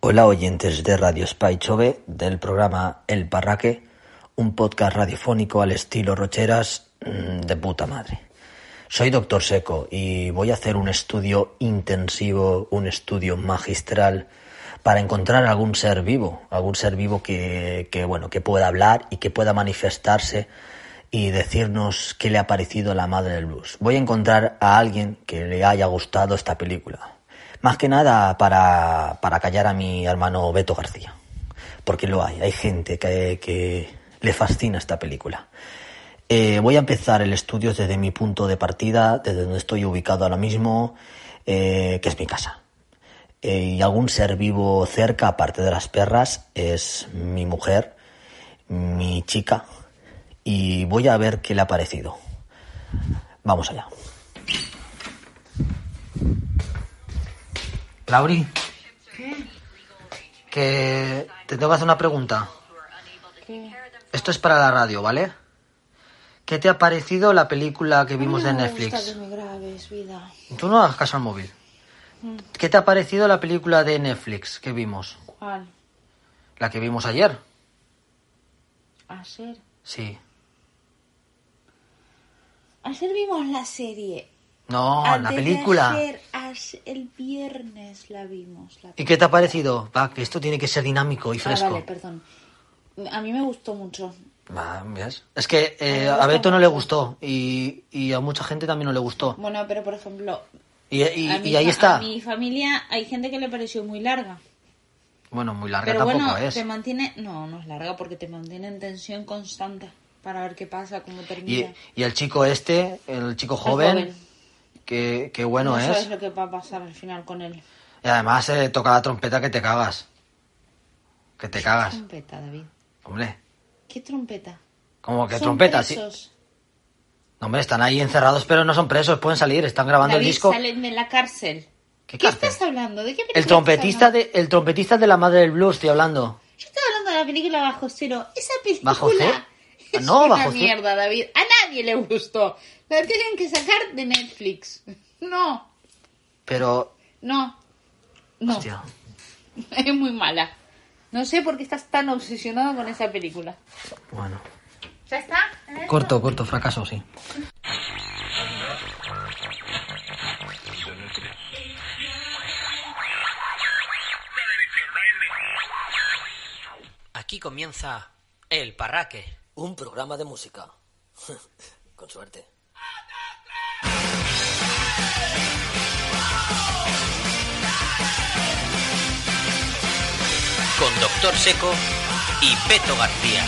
Hola oyentes de Radio Spy Chove del programa El Parraque, un podcast radiofónico al estilo Rocheras mm, de puta madre. Soy doctor Seco y voy a hacer un estudio intensivo, un estudio magistral para encontrar algún ser vivo, algún ser vivo que, que, bueno, que pueda hablar y que pueda manifestarse y decirnos qué le ha parecido la madre del blues. Voy a encontrar a alguien que le haya gustado esta película. Más que nada para, para callar a mi hermano Beto García. Porque lo hay, hay gente que, que le fascina esta película. Eh, voy a empezar el estudio desde mi punto de partida, desde donde estoy ubicado ahora mismo, eh, que es mi casa. Eh, y algún ser vivo cerca, aparte de las perras, es mi mujer, mi chica, y voy a ver qué le ha parecido. Vamos allá. Lauri, que te tengo que hacer una pregunta. Esto es para la radio, ¿vale? ¿Qué te ha parecido la película que vimos de no me Netflix? gusta que me grabes, vida. Tú no hagas caso al móvil. Mm. ¿Qué te ha parecido la película de Netflix que vimos? ¿Cuál? La que vimos ayer. Ayer. Sí. Ayer vimos la serie. No, Oh, la Antes de película. ayer, as- el viernes la vimos. La ¿Y qué te ha parecido? Va, que esto tiene que ser dinámico y Ah, fresco. vale, perdón. A mí me gustó mucho. Va, ¿ves? Es que eh, A mí me a Beto gusta no le mucho. gustó y, y a mucha gente también no le gustó. Bueno, pero por ejemplo, Y, y- a y mi ahí fa- está. A mi familia hay gente que le pareció muy larga. Bueno, muy larga Pero tampoco ¿eh? bueno, es. te mantiene. No, no es larga porque te mantiene en tensión constante para ver qué pasa, cómo termina. Y, y el chico este, el chico El joven, joven. Que, que bueno no es. sabes lo que va a pasar al final con él. Y además eh, toca la trompeta que te cagas. Que te cagas. Trompeta, David. Hombre, ¿Qué trompeta? como que Son trompeta, sí. presos. No, hombre, están ahí encerrados, pero no son presos, pueden salir, están grabando David, el disco. salen de la cárcel. ¿Qué ¿Qué, cárcel? estás hablando? ¿De qué película El trompetista estás de, el trompetista de la madre del blues, estoy hablando. hablando? Yo estaba hablando de la película Bajo Cero. Esa película ¿Bajo cero? es No, una Bajo cero. mierda, David. A nadie le gustó. La tienen que sacar de Netflix. No, Pero, no, no. hostia, Es muy mala. No sé por qué estás tan obsesionado con esa película. bueno. ¿Ya está? Corto, corto, fracaso, sí. Aquí comienza El Parraque. Un programa de música. Con suerte. Con Doctor Seco y Beto García.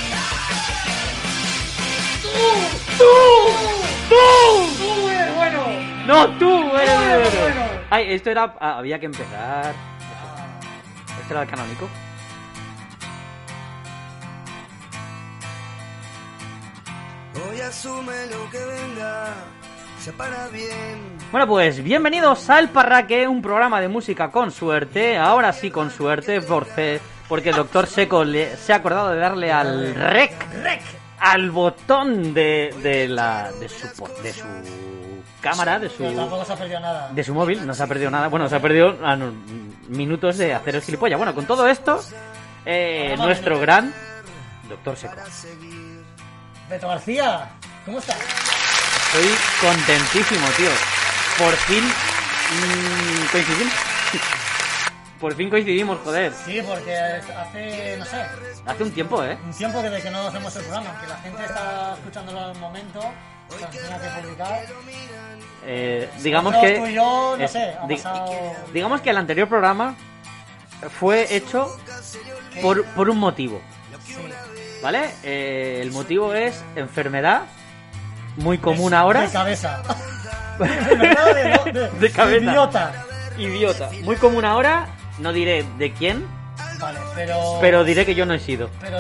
No, tú eres Ay, esto era. ah, había que empezar. ¿Este era el canónico? Hoy asume lo que venga, se para bien. Bueno, pues bienvenidos al Parraque, un programa de música con suerte. Ahora sí, con suerte, porque, porque el doctor Seco le- se ha acordado de darle al rec. Al botón de, de la. de su. po- de su cámara, de su. se ha perdido nada. de su móvil, no se ha perdido nada. Bueno, se ha perdido ah, no, minutos de hacer el gilipollas. Bueno, con todo esto, eh, nuestro gran doctor Seco. Beto García, ¿cómo estás? Estoy contentísimo, tío. Por fin mm, coincidimos. Por fin coincidimos, joder. Sí, porque hace, no sé, Hace un tiempo, ¿eh? un tiempo que de que no hacemos el programa, que la gente está escuchándolo al momento, se nos tenía que publicar. Eh, digamos Pero que... tú y yo, no eh, sé, ha di- pasado... Digamos que el anterior programa fue hecho por, por un motivo, ¿vale? Eh, el motivo es enfermedad, muy común ahora. De cabeza. De verdad, de, de- De cabeza. Idiota. Idiota. Muy común ahora, no diré de quién, Vale, pero... pero diré que yo no he sido. Pero...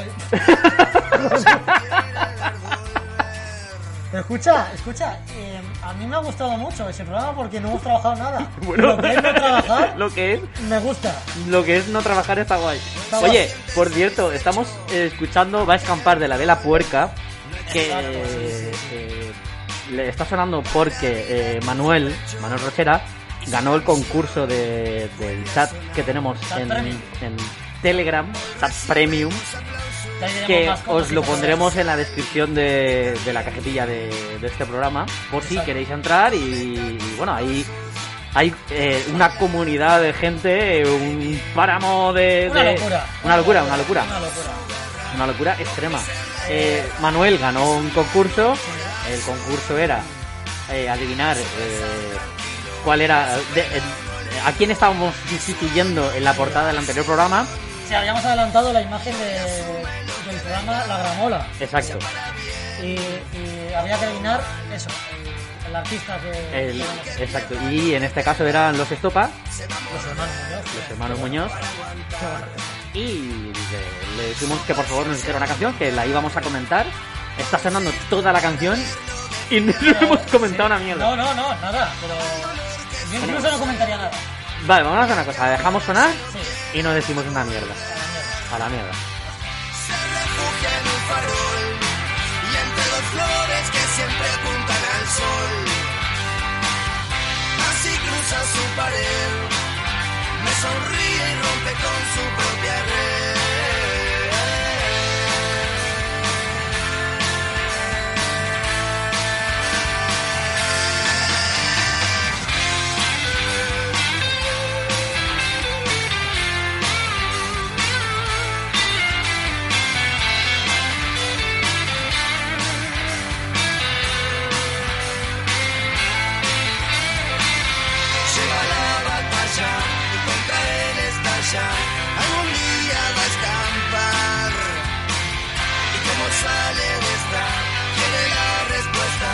Pero Escucha, escucha, eh, a mí me ha gustado mucho ese programa porque no hemos trabajado nada. Lo que es no trabajar, lo que es me gusta. lo que es no trabajar está guay. guay. Oye, por cierto, estamos eh, escuchando Va a escampar de la vela puerca que eh, le está sonando porque eh, Manuel, Manuel Rochera, ganó el concurso de, del chat que tenemos Chat en, Premium. en Telegram, chat premium, Ya iremos que más cosas os y lo cosas. pondremos en la descripción de, de la cajetilla de, de este programa, por si Exacto. queréis entrar y, y bueno, ahí hay eh, una comunidad de gente, un páramo de... Una de- locura. Una locura, una locura. Una locura. Una locura extrema. Eh, Manuel ganó un concurso. El concurso era eh, adivinar eh, cuál era. de- eh, a quién estábamos sustituyendo en la portada del anterior programa. Sí, habíamos adelantado la imagen de- del programa La Gramola. Exacto. Y, y había que adivinar eso. El artista que. El- exacto. Y en este caso eran los Estopa, Los hermanos Muñoz. los hermanos Muñoz. Y le, le dijimos que por favor nos hiciera una canción, que la íbamos a comentar. Está sonando toda la canción y no hemos comentado una mierda. No, no, no, nada. Pero. Yo incluso no comentaría nada. Vale, vamos a hacer una cosa, dejamos sonar Sí. y no decimos una mierda. a la mierda. A la mierda. y entre dos flores que siempre apuntan al sol. Así cruza su pared, me sonríe y rompe con su propia red. Llega la batalla y contra él estalla. Algún día va a escampar. Y como sale de esta, tiene la respuesta.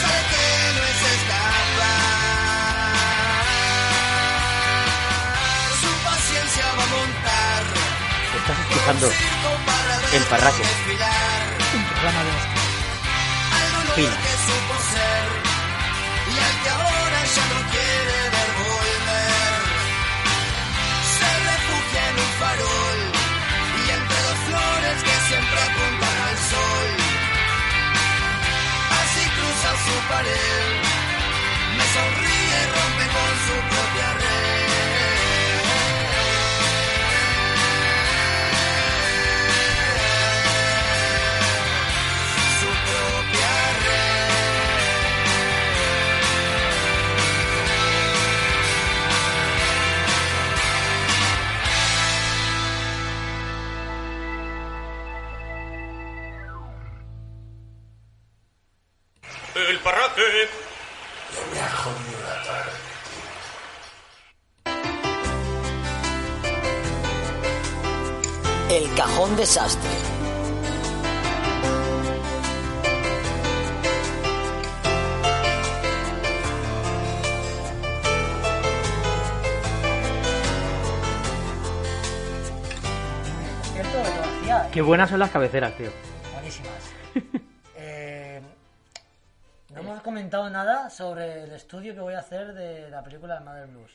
Sabe que no es escapar. Su paciencia va a montar. Estás escuchando Circo para el parraque. desfilar. Programa de los- Algo no Fina. que supo ser. Y al que ahora ya no quiere ver volver. Se refugia en un farol. Y entre dos flores que siempre apuntan al sol. Así cruza su pared. Me sonríe y rompe con su propia red. Su propia red. El parraque. El cajón desastre. Por cierto, lo hacía. Qué buenas son las cabeceras, tío. Buenísimas. Eh, no hemos comentado nada sobre el estudio que voy a hacer de la película de Mother Blues.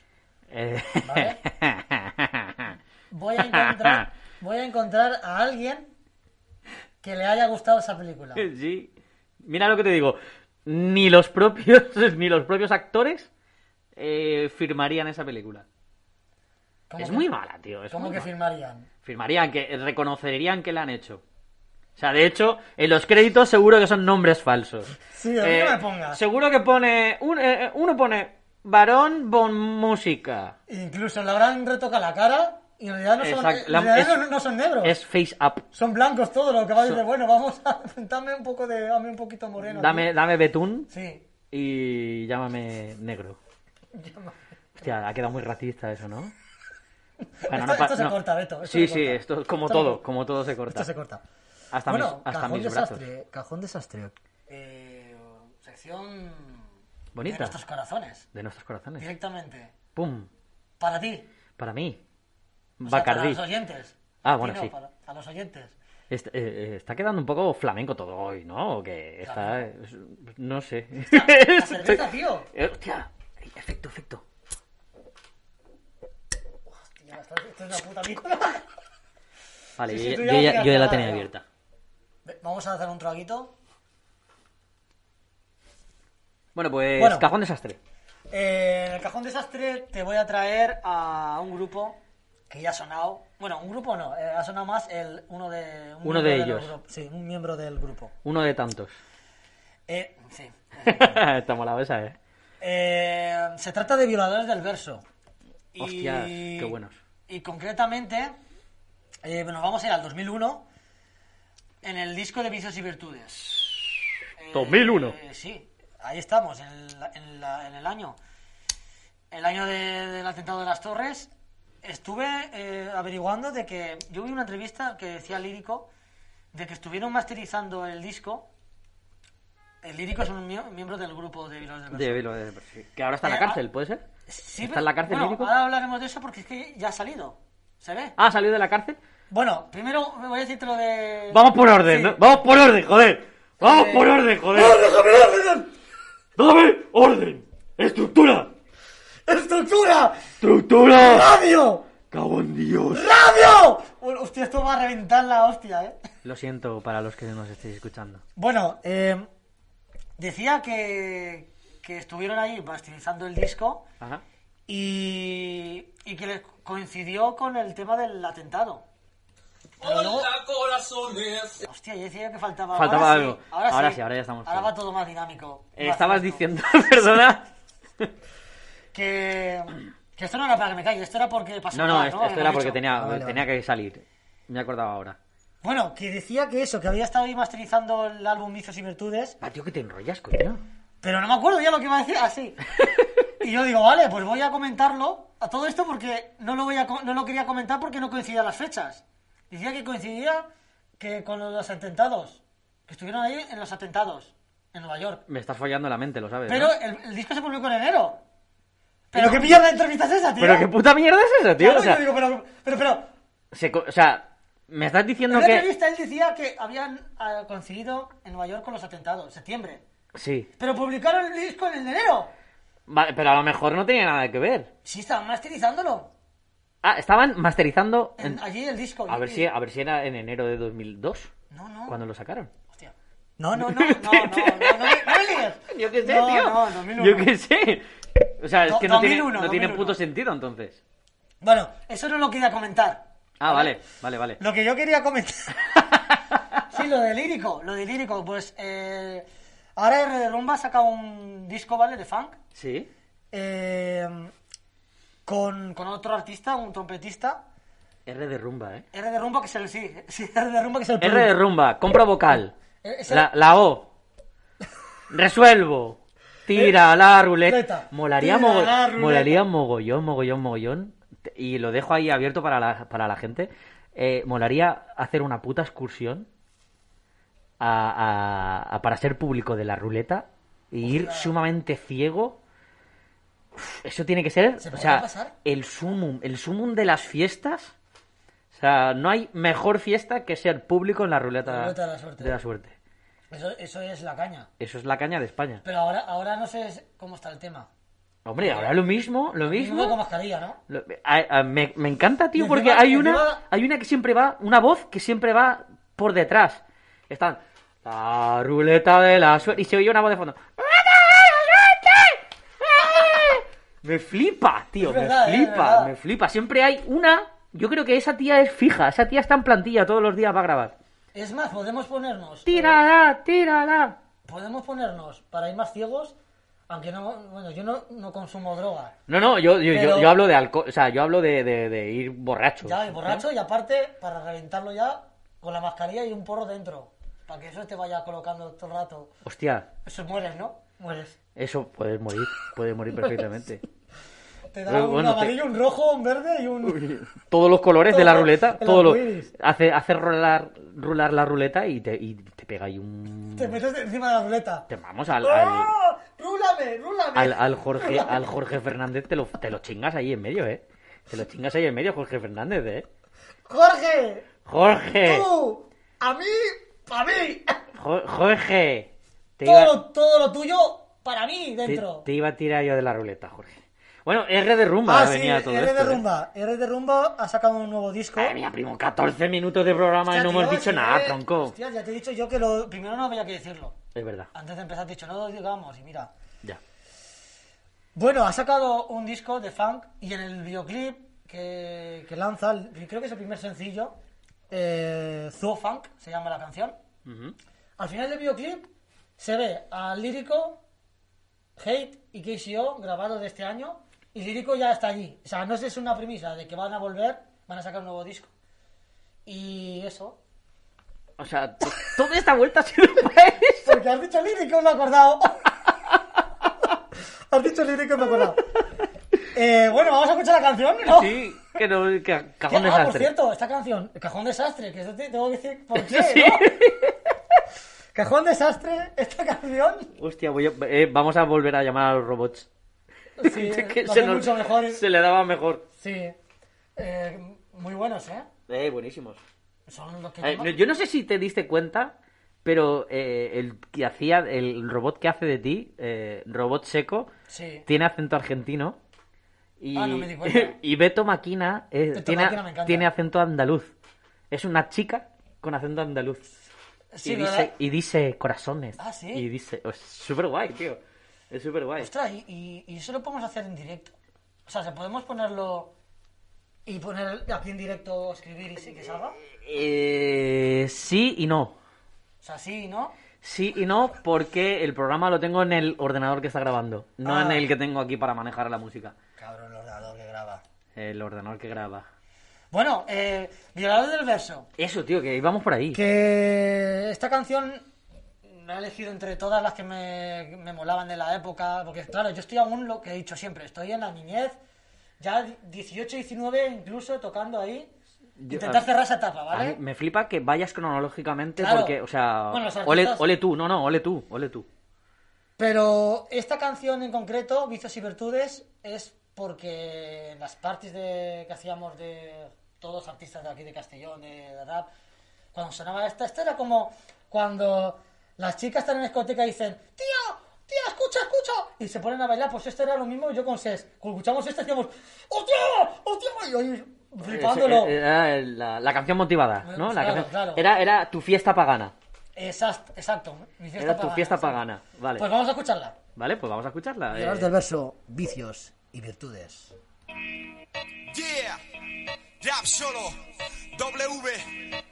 Eh, Vale. Voy a encontrar, voy a, encontrar a alguien que le haya gustado esa película. sí. Mira lo que te digo. Ni los propios, ni los propios actores eh, firmarían esa película. ¿Cómo Es que- muy mala, tío. Es ¿Cómo muy que mala. firmarían? Firmarían, que reconocerían que la han hecho. O sea, de hecho, en los créditos seguro que son nombres falsos. Eh, Sí, a mí no me pongas. Seguro que pone. un- eh, eh, uno pone. Barón Bon Música. Incluso le habrán retocado la cara y en realidad no son, Exacto. en La- realidad es- no- no son negros. Es Face Up. Son blancos todo lo que va a decir, bueno, vamos a dame un poco de, dame un poquito moreno. Dame, tío. dame betún Sí. y llámame negro. Hostia, ha quedado muy racista eso, ¿no? Bueno, Esto- pa- esto se corta, Beto, esto sí, se sí, corta. esto es como Esto- todo, como todo se Esto corta. este se corta. Hasta bueno, mis, hasta cajón mis brazos. desastre, cajón desastre. Eh, sección Bonita. de nuestros corazones, De nuestros corazones. directamente. ¡Pum! Para ti. Para mí. o sea, para Bacardí. los oyentes. Ah, bueno, no, sí. para- a los oyentes. Est- eh, eh, está quedando un poco flamenco todo hoy, ¿no? O que está... es- No sé. La cerveza, tío. Eh, Hostia. Ey, Efecto, efecto. Tío, esto, esto es una puta mierda. Vale, Sí, sí, yo, tú ya- ya yo ya, tenías yo ya la cerrada, tenía ya. abierta. Ve, Vamos a hacer un traguito. Bueno, pues Bueno. cajón desastre. Eh, en el cajón desastre te voy a traer a un grupo que ya ha sonado. Bueno, un grupo no, eh, ha sonado más el uno de un miembro Uno de los ellos. grup- sí, un miembro del grupo. Uno de tantos. Eh, sí. Está molado esa, ¿eh? Eh, se trata de violadores del verso. Y- Hostias, qué buenos. Y concretamente, eh, nos vamos a ir al 2001 en el disco de Vicios y Virtudes. Eh, 2001. eh, sí, ahí estamos, en el, en la- en el año. El año de- del atentado de las Torres. Estuve eh, averiguando de que. Yo vi una entrevista que decía Lírico de que estuvieron masterizando el disco. El Lírico es un mie- miembro del grupo de Violadores del Verso. De- de- de- sí. Que ahora está en la Eh, cárcel, ah, ¿puede ser? Sí, ¿Está pero- en la cárcel bueno, Lírico? ahora hablaremos de eso porque es que ya ha salido. ¿Se ve? Ah, salió de la cárcel. Bueno, primero me voy a decirte lo de... Vamos por orden, Sí. ¿no? Vamos por orden, joder. Vamos Eh, por orden, joder. Dame orden. Eh. Estructura. ¡Estructura! Estructura. ¡Radio! Cago en Dios. ¡Radio! Bueno, hostia, esto va a reventar la hostia, ¿eh? Lo siento para los que nos estéis escuchando. Bueno, eh, decía que, que estuvieron ahí masterizando el disco Ajá. y, y que les coincidió con el tema del atentado. Pero luego- corazones. Hostia, yo decía que faltaba, Faltaba ahora algo. Sí, ahora, Ahora sí, sí, ahora ya estamos Ahora fuera. va todo más dinámico. Eh, más estabas fresco. diciendo, perdona. que, que esto no era para que me calle, esto era porque pasó No, no, nada, esto, esto era Habías porque dicho. tenía, Ah, vale, tenía vale. que salir. Me acordaba ahora. Bueno, que decía que eso, que había estado ahí masterizando el álbum Vicios y Virtudes, Ah, tío, que te enrollas, coño. pero no me acuerdo ya lo que iba a decir, así. y yo digo, vale, pues voy a comentarlo a todo esto porque no lo, voy a, co- no lo quería comentar porque no coincidían las fechas. Decía que coincidía que con los atentados, que estuvieron ahí en los atentados, en Nueva York. Me estás follando la mente, lo sabes. Pero eh, ¿no? el, el disco se publicó en enero. ¿Pero qué mierda de entrevista es esa, tío? Pero qué puta mierda es esa, tío. Claro, o sea, yo digo, pero, pero, pero, se co- o sea, me estás En diciendo una que. entrevista él decía que habían ah, coincidido en Nueva York con los atentados, septiembre. Sí. Pero publicaron el disco en el de enero. Vale, pero a lo mejor no tenía nada que ver. Sí, estaban masterizándolo. Ah, estaban masterizando. en- en- allí el disco. A ver Y- si, a ver si era en enero de 2002, No, no. cuando lo sacaron. Hostia. No, no, no, no, no, no, no, no, me- no me ligues. Yo qué sé, no, tío. No, 2001. Yo qué sé. O sea, es Do- que no, tiene, 2001, no tiene 2001. puto sentido entonces. Bueno, eso no lo quería comentar. Ah, vale, vale, vale. Lo que yo quería comentar. sí, lo de lírico, lo de lírico. Pues eh, ahora R de Rumba saca un disco, ¿vale? De funk. Sí. eh, con, con otro artista, un trompetista. R de rumba, ¿eh? R de rumba que es el sí, sí, R de rumba que es el R de rumba, compra vocal. Eh, esa- La, la O. Resuelvo. Tira la ruleta. Eh, ruleta. Molaría, Tira mogo- la ruleta. molaría mogollón, mogollón, mogollón. Te- Y lo dejo ahí abierto para la, para la gente. Eh, molaría hacer una puta excursión a- a- a- para ser público de la ruleta y ir sumamente ciego. Uf, Eso tiene que ser, ¿Se o podrá sea, pasar? el sumum, el sumum de las fiestas. O sea, no hay mejor fiesta que ser público en la ruleta, La ruleta de la suerte. suerte. Eso, eso es la caña. Eso es la caña de España. Pero ahora, ahora no sé cómo está el tema. Hombre, ahora lo mismo, lo Uno con mismo. mascarilla, ¿no? Lo- a- a- me, me encanta, tío, Y porque encima- hay una, encima- hay una que siempre va, una voz que siempre va por detrás. Están la ruleta de la suerte y se oye una voz de fondo. "Ruleta de la suerte". Me flipa, tío, Es me verdad, eh, es flipa, verdad. me flipa. Siempre hay una. Yo creo que esa tía es fija, esa tía está en plantilla todos los días va a grabar. Es más, podemos ponernos. Tírala, tírala. Podemos ponernos para ir más ciegos, aunque no. Bueno, yo no, no consumo droga. No, no, yo, yo, yo- Pero- yo hablo de alcohol, o sea, yo hablo de, de- de ir borracho. Ya, el borracho y aparte, para reventarlo ya, con la mascarilla y un porro dentro. Para que eso te vaya colocando todo el rato. Hostia, Eso mueres, ¿no? Mueres. eso puedes morir, puedes morir Pues perfectamente. Te da Pero un Eh, bueno, te- amarillo, un rojo, un verde y un. Todos los colores de la Todo, ruleta, el todos los arcoíris. hace, hace rolar, rular la ruleta y te, y te pega ahí un Te metes encima de la ruleta. te vamos al, al, ¡Oh! ¡Rúlame, rúlame! al- al Jorge al Jorge Fernández te lo, te lo chingas ahí en medio, eh. Te lo chingas ahí en medio, Jorge Fernández, eh. ¡Jorge! Jorge, ¡Tú! ¡A mí! ¡Para mí! Jo- Jorge, te Todo, iba- lo- todo lo tuyo para mí te, dentro. te iba a tirar yo de la ruleta, Jorge. Bueno, R de rumba ah, sí, venía todo R esto, de eh. Rumba. R de Rumba ha sacado un nuevo disco. Madre mía, primo, 14 minutos de programa Hostia, y no tío, hemos dicho si nada, eres- tronco. Hostia, ya te he dicho yo que lo primero no había que decirlo. Es verdad, Antes de empezar, te he dicho, no lo digamos, y mira. ya. Bueno, ha sacado un disco de funk y en el videoclip que, que lanza, el- creo que es el primer sencillo, eh, Zoo Funk se llama la canción. Al final del videoclip se ve al lírico, Hate y KCO grabado de este año y lírico ya está allí. O sea, no sé si es una premisa de que van a volver, van a sacar un nuevo disco. Y eso. O sea, to- toda esta vuelta ha sido para eso. Porque has dicho lírico, me he acordado. has dicho lírico, me he acordado. Eh, bueno, vamos a escuchar la canción, ¿no? Sí, que no, que Que- cajón ah, por desastre. cierto, esta canción, Cajón Desastre, que esto te tengo que decir por qué, Sí. ¿no? Cajón Desastre, esta canción, Hostia, voy a- eh, vamos a volver a llamar a los robots. sí, Que lo se hacen nos- mucho mejor. ¿eh? Se le daba mejor. Sí, Eh, muy buenos, ¿eh? Eh, buenísimos. Son los que... Eh, no- yo no sé si te diste cuenta, pero eh, el que hacía, el robot que hace de ti, eh, robot seco, Sí. tiene acento argentino. Y, Ah, no me di cuenta. y Beto Maquina, eh, Beto tiene, Maquina me encanta. tiene acento andaluz. Es una chica con acento andaluz. Sí, y, ¿verdad? dice, y dice corazones. Ah, ¿sí? Y dice, oh, es súper guay, tío. Es súper guay. Ostras, y, y, y eso lo podemos hacer en directo. O sea, ¿se podemos ponerlo y poner aquí en directo, escribir y sí que salga? O Eh, sí y no. sea, sí, ¿no? Sí y no, porque el programa lo tengo en el ordenador que está grabando, no Ah. en el que tengo aquí para manejar la música. Cabrón, el ordenador que graba. El ordenador que graba. Bueno, eh, Violador del Verso. Eso, tío, que íbamos por ahí. Que esta canción la he elegido entre todas las que me, me molaban de la época, porque claro, yo estoy aún lo que he dicho siempre, estoy en la niñez, ya 18, 19 incluso tocando ahí. Yo- Intentar a- cerrar esa etapa, A ¿vale? mí me flipa que vayas cronológicamente Claro. porque, o sea, Bueno, los ole, artistas- ole tú, no, no, ole tú, ole tú. Pero esta canción en concreto, Vicios y Virtudes, es porque en las parties de, que hacíamos de todos los artistas de aquí de Castellón, de, de rap, cuando sonaba esta, esta era como cuando las chicas están en la discoteca y dicen, tío, tío, escucha, escucha, y se ponen a bailar, pues esto era lo mismo yo con SES. Cuando escuchamos esto decíamos, ¡hostia! ¡hostia! Y hoy flipándolo. Eh, Era la, la canción motivada, ¿no? La Claro, canción- claro. Era, era tu fiesta pagana. Exacto, exacto. mi fiesta Era tu fiesta sí. pagana. Vale. Pues vamos a escucharla. Vale, pues vamos a escucharla. eh. Llorar del verso, vicios y virtudes. Yeah, Rap Solo, W. Eh,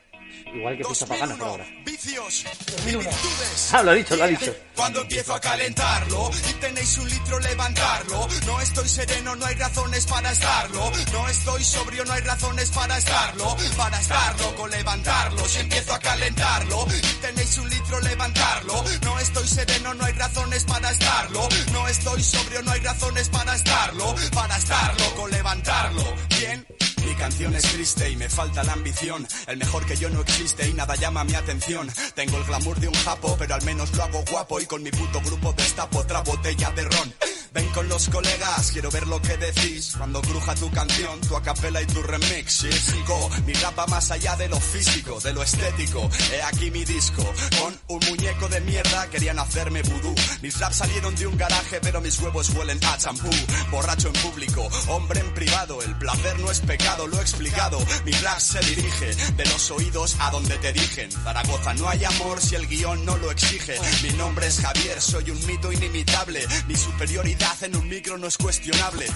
Igual que fiesta pagana por ahora. Vicios y virtudes. Ah, lo ha dicho, lo ha dicho. Cuando empiezo a calentarlo y tenéis un litro levantarlo. No estoy sereno, no hay razones para estarlo. No estoy sobrio, no hay razones para estarlo. Para estarlo, con levantarlo. Si empiezo a calentarlo y tenéis un litro levantarlo. No estoy sereno, no hay razones para estarlo. No estoy sobrio, no hay razones para estarlo. Para estarlo, con levantarlo. Bien. Mi canción es triste y me falta la ambición. El mejor que yo no existe y nada llama mi atención. Tengo el glamour de un japo, pero al menos lo hago guapo y con mi puto grupo destapo otra botella de ron. Ven con los colegas, quiero ver lo que decís. Cuando cruja tu canción, tu acapela y tu remix. Sí, sigo. Mi rap va más allá de lo físico, de lo estético. He aquí mi disco. Con un muñeco de mierda querían hacerme vudú. Mis raps salieron de un garaje, pero mis huevos huelen a champú. Borracho en público, hombre en privado. El placer no es pecado, lo he explicado. Mi rap se dirige de los oídos a donde te dirigen. Zaragoza, no hay amor si el guión no lo exige. Mi nombre es Javier, soy un mito inimitable. Mi superioridad en un micro no es cuestionable.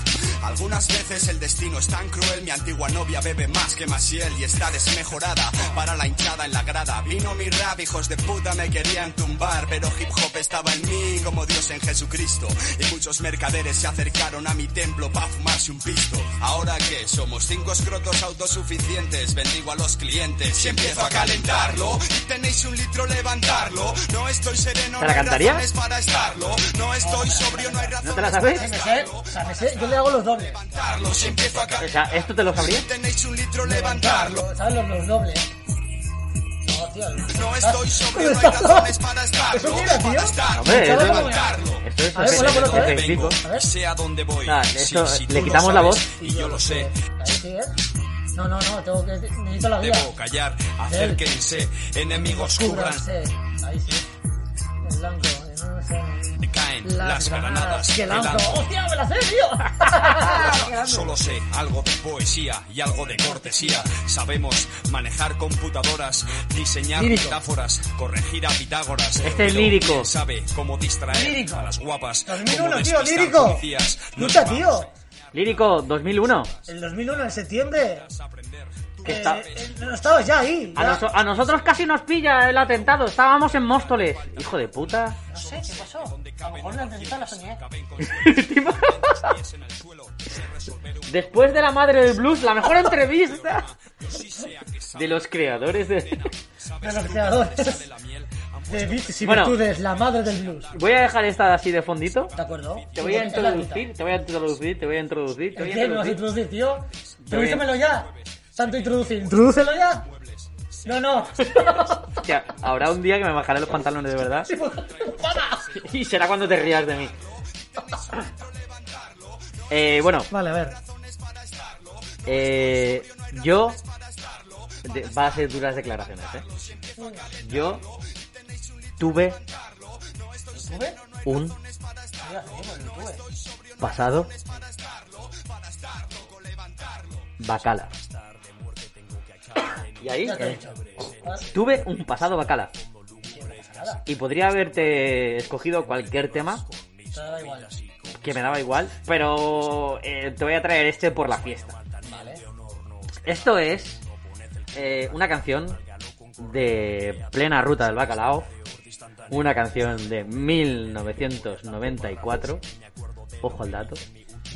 Algunas veces el destino es tan cruel. Mi antigua novia bebe más que Maciel y está desmejorada. Para la hinchada en la grada vino mi rap, hijos de puta me querían tumbar. Pero hip hop estaba en mí como Dios en Jesucristo. Y muchos mercaderes se acercaron a mi templo para fumarse un pisto. Ahora que somos cinco escrotos autosuficientes, bendigo a los clientes. Si empiezo a calentarlo y tenéis un litro, levantarlo. No estoy sereno, ¿Te la no hay cantaría? razones para estarlo. No estoy sobrio, no hay razones la sabes? Me para sé, estarlo. o sea, me sé, eh? yo le hago los dobles. Levantarlo, si empiezo a O calentarlo. sea, ¿esto te lo sabrías? Si tenéis un litro, levantarlo. ¿Sabes los, los dobles? No, tío. No estoy sobrio, no hay razones para ¿Eso estarlo. qué era, tío? Para estarlo, Hombre, eso- levantarlo. Esto es A ver, hola, hola, hola. F- F5. A ver. Sé a dónde voy. Ah, Sí, esto, si tú le lo quitamos la sabes, voz. Y yo lo sé. Ahí sí, ¿eh? No, no, no, tengo que. Necesito la guía. Debo callar, acérquense, enemigos cubran. Cúbranse. Ahí sí. El blanco. eh, No, no sé. caen las granadas. ¡Qué helando. lanzo! ¡Hostia, me la sé, tío! Ah, Solo sé algo de poesía y algo de cortesía. Sabemos manejar computadoras, diseñar Lírico. metáforas, corregir a Pitágoras. Este es Pero lírico. ¿quién Sabe cómo distraer Lírico. a las guapas. 2001, cómo tío, despistar lírico. policías. No Lucha, es fácil tío. Lírico 2001. El 2001, en septiembre. aprender. Que Eh, está- Ah, eh, no estabas ya ahí. A, ya. noso- a nosotros casi nos pilla el atentado. Estábamos en Móstoles. Hijo de puta. No sé, ¿qué pasó? A lo mejor la entrevista la soñé. Después de la madre del blues, la mejor entrevista de los creadores de. De los creadores de Bits y Bueno. Virtudes, la madre del blues. Voy a dejar esta así de fondito. ¿De acuerdo? Te voy a Es la mitad. introducir, te voy a introducir, te voy a introducir, te voy ¿El a qué? ¿No vas a introducir. introducir, tío? bien. Introdúcemelo ya. Tanto introducir. ¿Introdúcelo ya? No, no. Hostia, habrá un día que me bajaré los pantalones de verdad. pues, Y será cuando te rías de mí. Eh, bueno, Vale, a ver. eh, yo. de- va a ser duras declaraciones, eh. Yo tuve ¿Sube? un Mira, seguimos, YouTube. pasado bacala. Y ahí Ya te he eh, dicho. tuve un pasado bacala. Nada, Y podría haberte escogido cualquier tema te da igual. que me daba igual, pero eh, te voy a traer este por la fiesta. Vale. Esto es eh, una canción de plena ruta del bacalao, una canción de 1994, ojo al dato,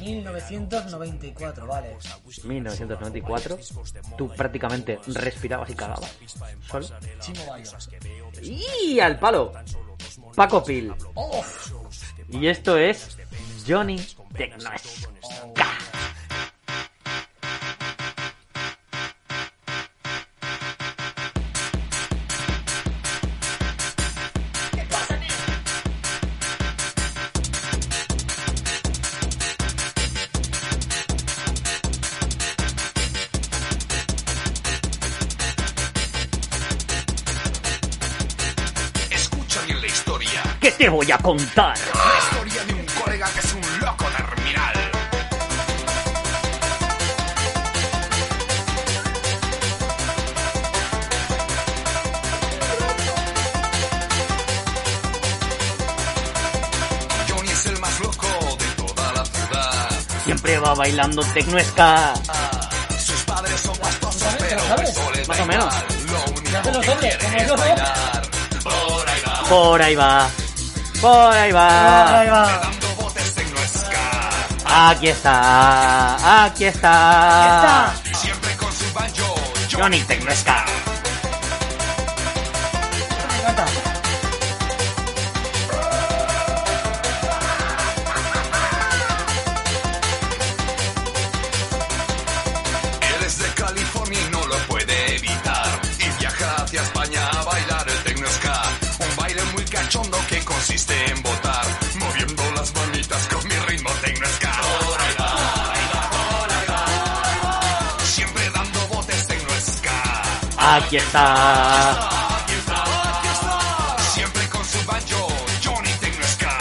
1994, vale. 1994, tú prácticamente respirabas y cagabas solo. Chimo Bayo. Y al palo, Paco Pil. ¡Oh! Y esto es Johnny Tecno. Escucha bien la historia. ¿Qué te voy a contar? La historia de un colega que es un loco terminal. Johnny es el más loco de toda la ciudad. Siempre va bailando tecnoesca. Sus padres son pastosos, ¿Sabes? pero ¿Sabes? esto les da Más o menos. igual. Lo Ya hacen único los que hombres, quiere como es yo. bailar. Por ahí va. Por ahí va. Por ahí va. Ahí va. Dando botes en nuestra. Aquí está. Aquí Ah. está. Está. Siempre con su banjo. Johnny Tecnoesca. Me encanta. Él es de California y no lo puede evitar. Y viaja hacia España a bailar el techno ska. Un baile muy cachondo que consiste en botar. Moviendo las manitas con mi ritmo techno ska. Por ahí va, por ahí va, por ahí va. Siempre dando botes techno ska. Aquí está. Aquí está, aquí está. Siempre con su banjo, Johnny Techno Ska.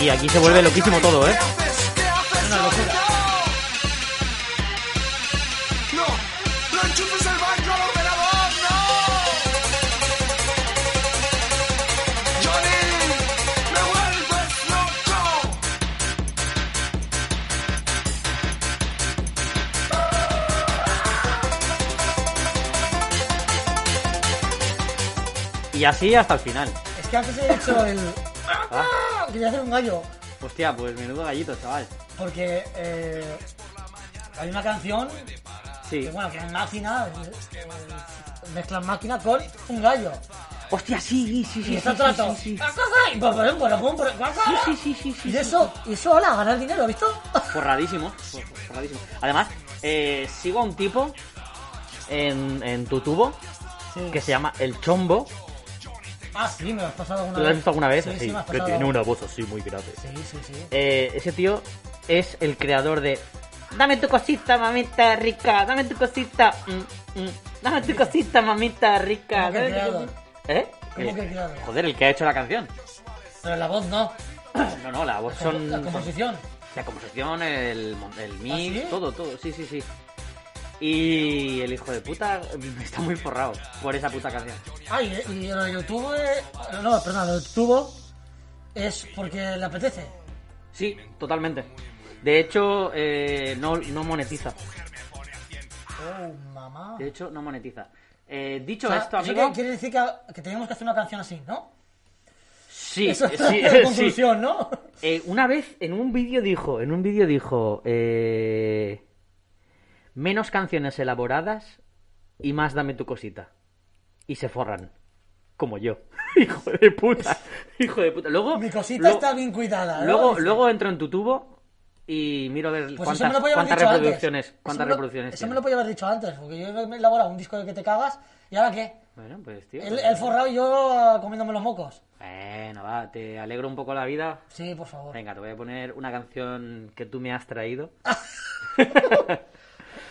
Y aquí se vuelve loquísimo todo, ¿eh? Una locura. No, no enchufes el banjo al ordenador, no. Johnny, me vuelves loco. Y así hasta el final. Es que antes he hecho el. Ah, Quería hacer un gallo. hostia, pues menudo gallito, chaval. Porque eh, hay una canción Sí. que, Pues bueno, que es máquina. eh, Mezclan máquina con un gallo. Hostia, sí, sí, Y sí. está Sí, todo el rato. "Ah, sí, sí. Y pues, por- por- por- por- por- Sí, sí, sí, sí, pues, Y sí. eso, y eso, hola, ganar dinero, ¿visto? Forradísimo. for- forradísimo. Además, eh, sigo a un tipo en, en tu tubo Sí. que se llama El Chombo. Ah, sí, me lo has pasado alguna ¿Tú vez. lo has visto alguna vez? Sí, sí, me lo has que Eh, pasado. tiene una voz así muy grave. Sí, sí, sí. Eh, ese tío es el creador de Dame tu cosita, mamita rica. Dame tu cosita. mm, mm. Dame tu cosita, mamita rica. ¿Cómo que Dame tu creado? cosita. ¿Eh? ¿Cómo Eh, que creado? Joder, el que ha hecho la canción. Pero la voz no. No, no, la voz son. La composición. La composición, el, mon- el mix, ¿Ah, sí? todo, todo, sí, sí, sí. Y el hijo de puta está muy forrado por esa puta canción. Ah, y, y lo de YouTube. eh, No, perdón, lo de YouTube es porque le apetece. Sí, totalmente. De hecho, eh, no, no monetiza. Oh, mamá. De hecho, no monetiza. Eh, dicho O sea, esto, Ah, así amigo. que quiere decir que, que teníamos que hacer una canción así, ¿no? Sí, Eso es sí, la sí. conclusión, ¿no? Eh, una vez en un vídeo dijo, en un vídeo dijo, eh, menos canciones elaboradas y más dame tu cosita. Y se forran. Como yo. hijo de puta. Hijo de puta. Luego. Mi cosita luego- está bien cuidada. ¿no? Luego, Dice. luego entro en tu tubo y miro a ver Pues eso me cuántas, lo podía haber cuántas dicho antes. reproducciones. Eso Cuántas me lo- reproducciones. Eso me tiene. lo podía haber dicho antes, porque yo me he elaborado un disco de que te cagas y ahora qué. Bueno, pues tío. El, el forrado y yo ah, comiéndome los mocos. Bueno, va, te alegro un poco la vida. Sí, por favor. Venga, te voy a poner una canción que tú me has traído. Ah,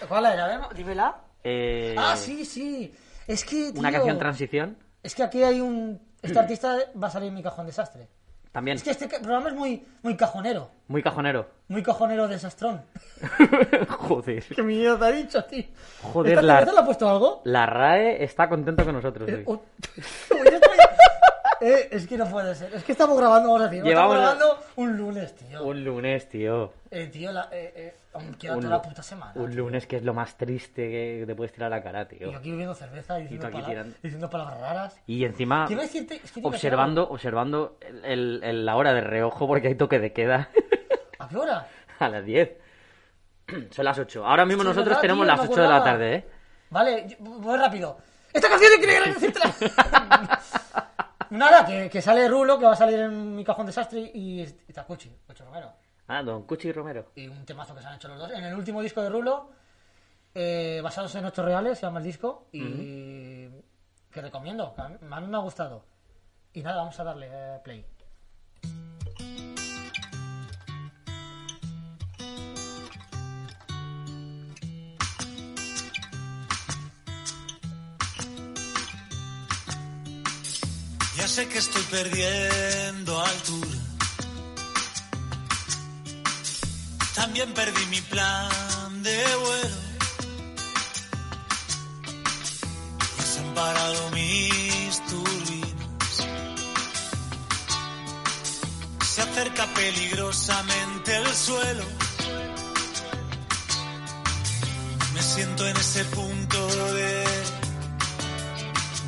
¿Cuál era? A ver, Dímela. Eh, Ah, sí, sí. Es que. Una tío, canción transición. Es que aquí hay un. Este artista va a salir en mi cajón desastre. También. Es que este ca- programa es muy, muy cajonero. Muy cajonero. Muy cajonero desastrón. Joder. Qué miedo te ha dicho, tío. Joder, ¿Esta la- canción le ha puesto algo? La RAE está contento con nosotros Eh, hoy. oh, oye, estoy- eh, es que no puede ser. Es que estamos grabando ahora, tío. Llevamos- Estamos grabando un lunes, tío. Un lunes, tío. Eh, tío, la, eh, eh, aún queda Un toda la lu- puta semana. Un lunes que es lo más triste que te puedes tirar a la cara, Y yo tío. aquí bebiendo cerveza y diciendo, aquí pala- tirando. diciendo palabras raras. Y encima Quiero decirte- es que te iba a decir observando, observando el- el- el- la hora de reojo porque hay toque de queda ¿A qué hora? a las 10. Son las 8. Ahora mismo Sí, nosotros ¿verdad, tenemos tío? las No 8 de la acordaba. tarde, ¿eh? Vale, yo- voy rápido. ¡Esta canción es que quería decírtela! Nada, que, que sale Rulo, que va a salir en mi cajón desastre y, y Takuchi, Ocho Romero. Ah, Don Cuchi Romero. Y un temazo que se han hecho los dos. En el último disco de Rulo, eh, basados en hechos reales, se llama el disco. Y que recomiendo, que a mí, a mí me ha gustado. Y nada, vamos a darle eh, play. Ya sé que estoy perdiendo altura. También perdí mi plan de vuelo. Y se han parado mis turbinas. Se acerca peligrosamente el suelo. Me siento en ese punto de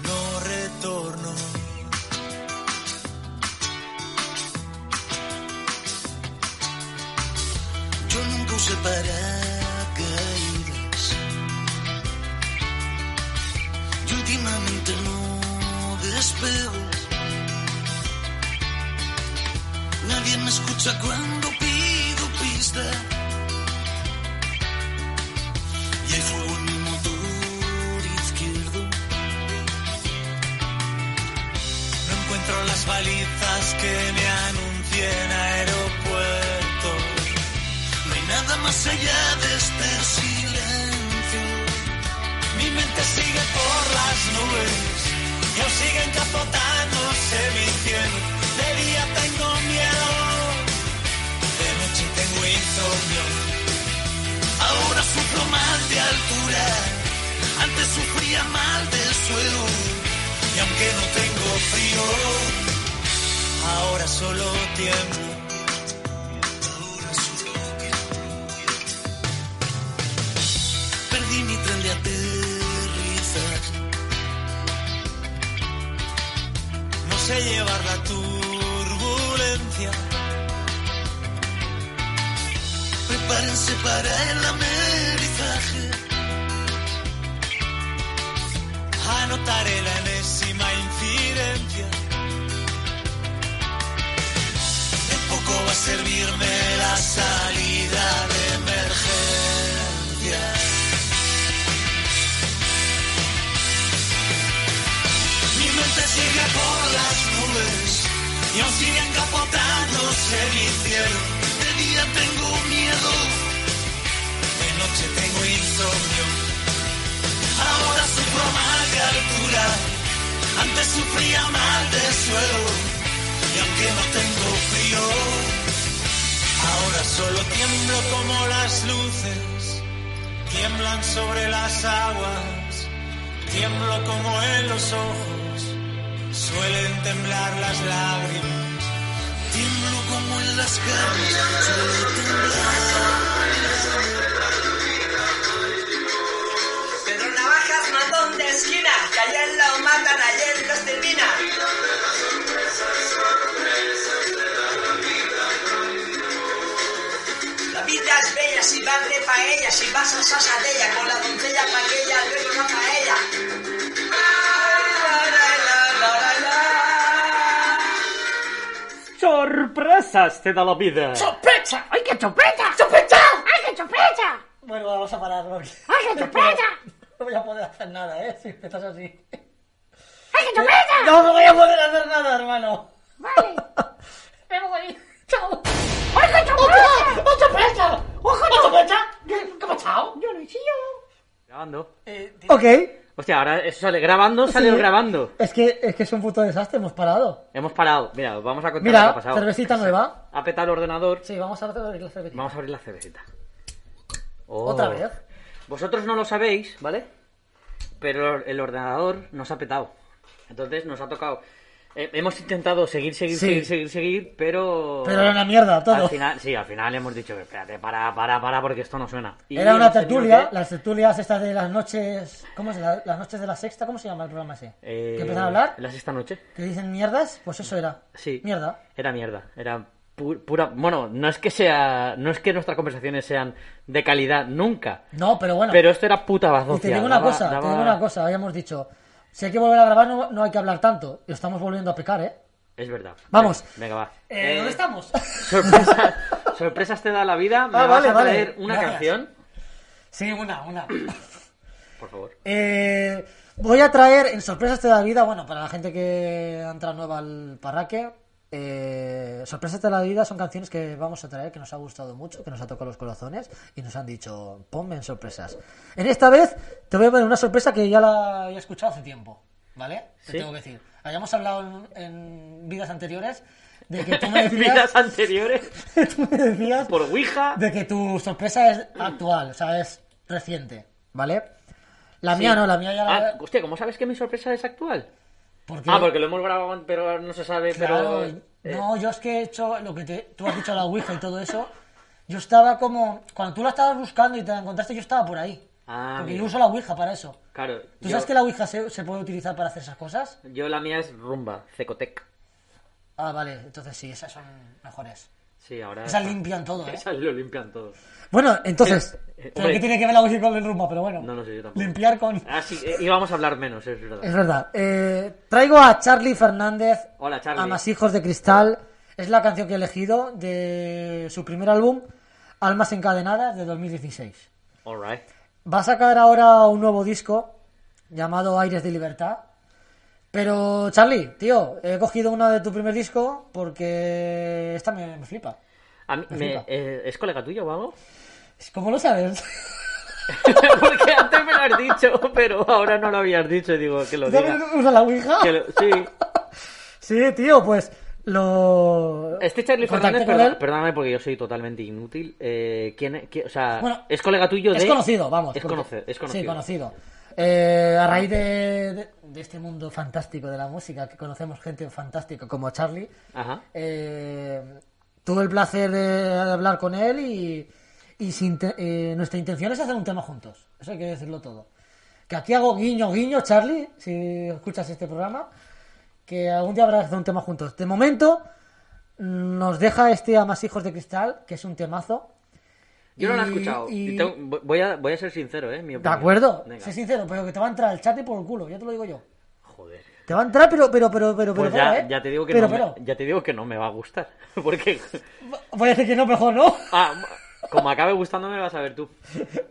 no retorno. Yo nunca usé paracaídas. Y últimamente no despego. Nadie me escucha cuando pido pista. Y hay fuego en mi motor izquierdo. No encuentro las balizas que me anuncien aeropuerto. No hay nada más allá de este silencio. Mi mente sigue por las nubes y aún siguen capotándose mi cielo. De día tengo miedo, de noche tengo insomnio. Ahora sufro mal de altura, antes sufría mal del suelo. Y aunque no tengo frío, ahora solo tiemblo. Ahora solo Perdí mi tren de aterrizar. No sé llevar la turbulencia. Prepárense para el amerizaje. Anotaré la enésima incidencia. De poco va a servirme la salida de emergencia. Mi mente sigue por las nubes y aún sigue encapotándose mi cielo. De día tengo miedo, oprobio. Ahora sufro mal de altura, antes sufría mal de suelo. Y aunque no tengo frío, ahora solo tiemblo como las luces, tiemblan sobre las aguas, tiemblo como en los ojos, suelen temblar las lágrimas. Tiemblo como en las calles, suele temblar. Pero navajas matón de esquina, que ayer lo matan, ayer los termina. La vida es bella si vas de paella, si vas a salsa de ella, con la doncella paquella, luego una paella. La, la, la, la, la, la. ¡Sorpresas te da la vida! ¡Sospecha! ¡Ay, qué chupeta! ¡Chupeta! ¡Ay, qué chupeta! Bueno, vamos a parar, Rocky. ¡Ay, qué chupeta! No voy a poder hacer nada, ¿eh? Si estás así. ¡Ay, qué chupeta! No, no voy a poder hacer nada, hermano. Vale. Me voy. ¡Chao! ¡Ay, qué chupeta! ¡Otra pecha! ¡Otra pecha! ¿Qué qué ha pasado? Yo lo he yo. Grabando. Eh, di- Ok. Hostia, ahora eso sale grabando, sale Sí. grabando. Es que, es que es un puto desastre, hemos parado. Hemos parado. Mira, os vamos a contar lo que Mira, ha pasado. cervecita nueva. Ha petado el ordenador. Sí, vamos a abrir la cervecita. Vamos a abrir la cervecita. Oh. ¿Otra vez? Vosotros no lo sabéis, ¿vale? Pero el ordenador nos ha petado. Entonces nos ha tocado. eh, hemos intentado seguir, seguir, Sí. seguir, seguir, seguir, pero. Pero era una mierda todo. Al final, sí, al final hemos dicho, espérate, para, para, para, porque esto no suena. Y Era una hemos tenido tertulia, que- las tertulias estas de las noches... ¿Cómo es? La- Las noches de la sexta, ¿cómo se llama el programa ese? eh, que empiezan a hablar, Las esta noche. que dicen mierdas, pues eso era. Sí. Mierda. Era mierda. Era pu- pura. Bueno, no es que sea. No es que nuestras conversaciones sean de calidad nunca. No, pero bueno. Pero esto era puta y bazofia. te digo una daba- cosa, te daba- digo una cosa, habíamos dicho, si hay que volver a grabar no, no hay que hablar tanto, y estamos volviendo a pecar, ¿eh? Es verdad. Vamos. Venga, va. Eh, Eh, ¿Dónde estamos? Sorpresas, sorpresas te da la vida. Me Ah, vas vale, a vale. traer una Gracias. canción, sí, una, una. por favor. Eh, voy a traer en sorpresas te da vida, bueno, para la gente que entra nueva al parraque, eh, sorpresas te da vida son canciones que vamos a traer que nos ha gustado mucho, que nos ha tocado los corazones y nos han dicho, ponme en sorpresas. En esta vez te voy a poner una sorpresa que ya la he escuchado hace tiempo, ¿vale? Te Sí. tengo que decir. Habíamos hablado en, en vidas anteriores de que tú me decías, Vidas anteriores tú me decías por Ouija. de que tu sorpresa es actual, o sea, es reciente, ¿vale? La mía no, la mía ya la... Ah, hostia, ¿cómo sabes que mi sorpresa es actual? Porque, Ah, porque lo hemos grabado, pero no se sabe. claro, pero eh, no, yo es que he hecho lo que te, tú has dicho la Ouija y todo eso. Yo estaba como. Cuando tú la estabas buscando y te la encontraste, yo estaba por ahí. Ah, porque mira. yo uso la Ouija para eso. claro, ¿Tú yo, sabes que la Ouija se, se puede utilizar para hacer esas cosas? yo la mía es rumba, Cecotec. Ah, vale, entonces sí, esas son mejores. Sí, ahora. Esas limpian todo, ¿eh? Esas lo limpian todo. Bueno, entonces. Eh, eh, ¿Pero hombre. qué tiene que ver la Ouija con el rumbo? Pero bueno. No lo sé yo tampoco. Limpiar con. Ah, sí, eh, íbamos a hablar menos, es verdad. Es verdad. Eh, traigo a Charlie Fernández. Hola, Charlie. A Masijos de Cristal. Es la canción que he elegido de su primer álbum, Almas Encadenadas, de 2016. Alright. Va a sacar ahora un nuevo disco llamado Aires de Libertad. Pero, Charlie, tío, he cogido una de tu primer disco porque esta me, me flipa. A mí- Me me- flipa. eh, ¿Es colega tuyo o algo? ¿Cómo lo sabes? Porque antes me lo has dicho, pero ahora no lo habías dicho. Digo, que lo ¿También diga. usa la Ouija? Que lo- sí. Sí, tío, pues lo... Este Charlie contacté Fernández, con perdón- él. perdóname porque yo soy totalmente inútil. Eh, ¿quién, es- qui- o sea, Bueno, es colega tuyo de... Es conocido, vamos. Es, porque- conoce- es conocido. Sí, conocido. Eh, a raíz de, de- de este mundo fantástico de la música, que conocemos gente fantástica como Charlie, Ajá. eh, tuve el placer de, de hablar con él y, y sin te- eh, nuestra intención es hacer un tema juntos. Eso hay que decirlo todo. Que aquí hago guiño, guiño, Charlie, si escuchas este programa, que algún día habrá que hacer un tema juntos. De momento, nos deja este Amasijos de Cristal, que es un temazo. Yo no lo he Y- escuchado. y- Tengo- voy- voy, a, voy a ser sincero, ¿eh? Mi de opinión. acuerdo, Venga. sé sincero, pero que te va a entrar el chat y por el culo, ya te lo digo yo. Joder. Te va a entrar, pero, pero, pero, pero, Pues pero, ya, pero, ¿eh? ya te digo que pero, no pero. Me, ya te digo que no me va a gustar. Porque... Voy a decir que no, mejor no. Ah, como acabe gustándome vas a ver tú.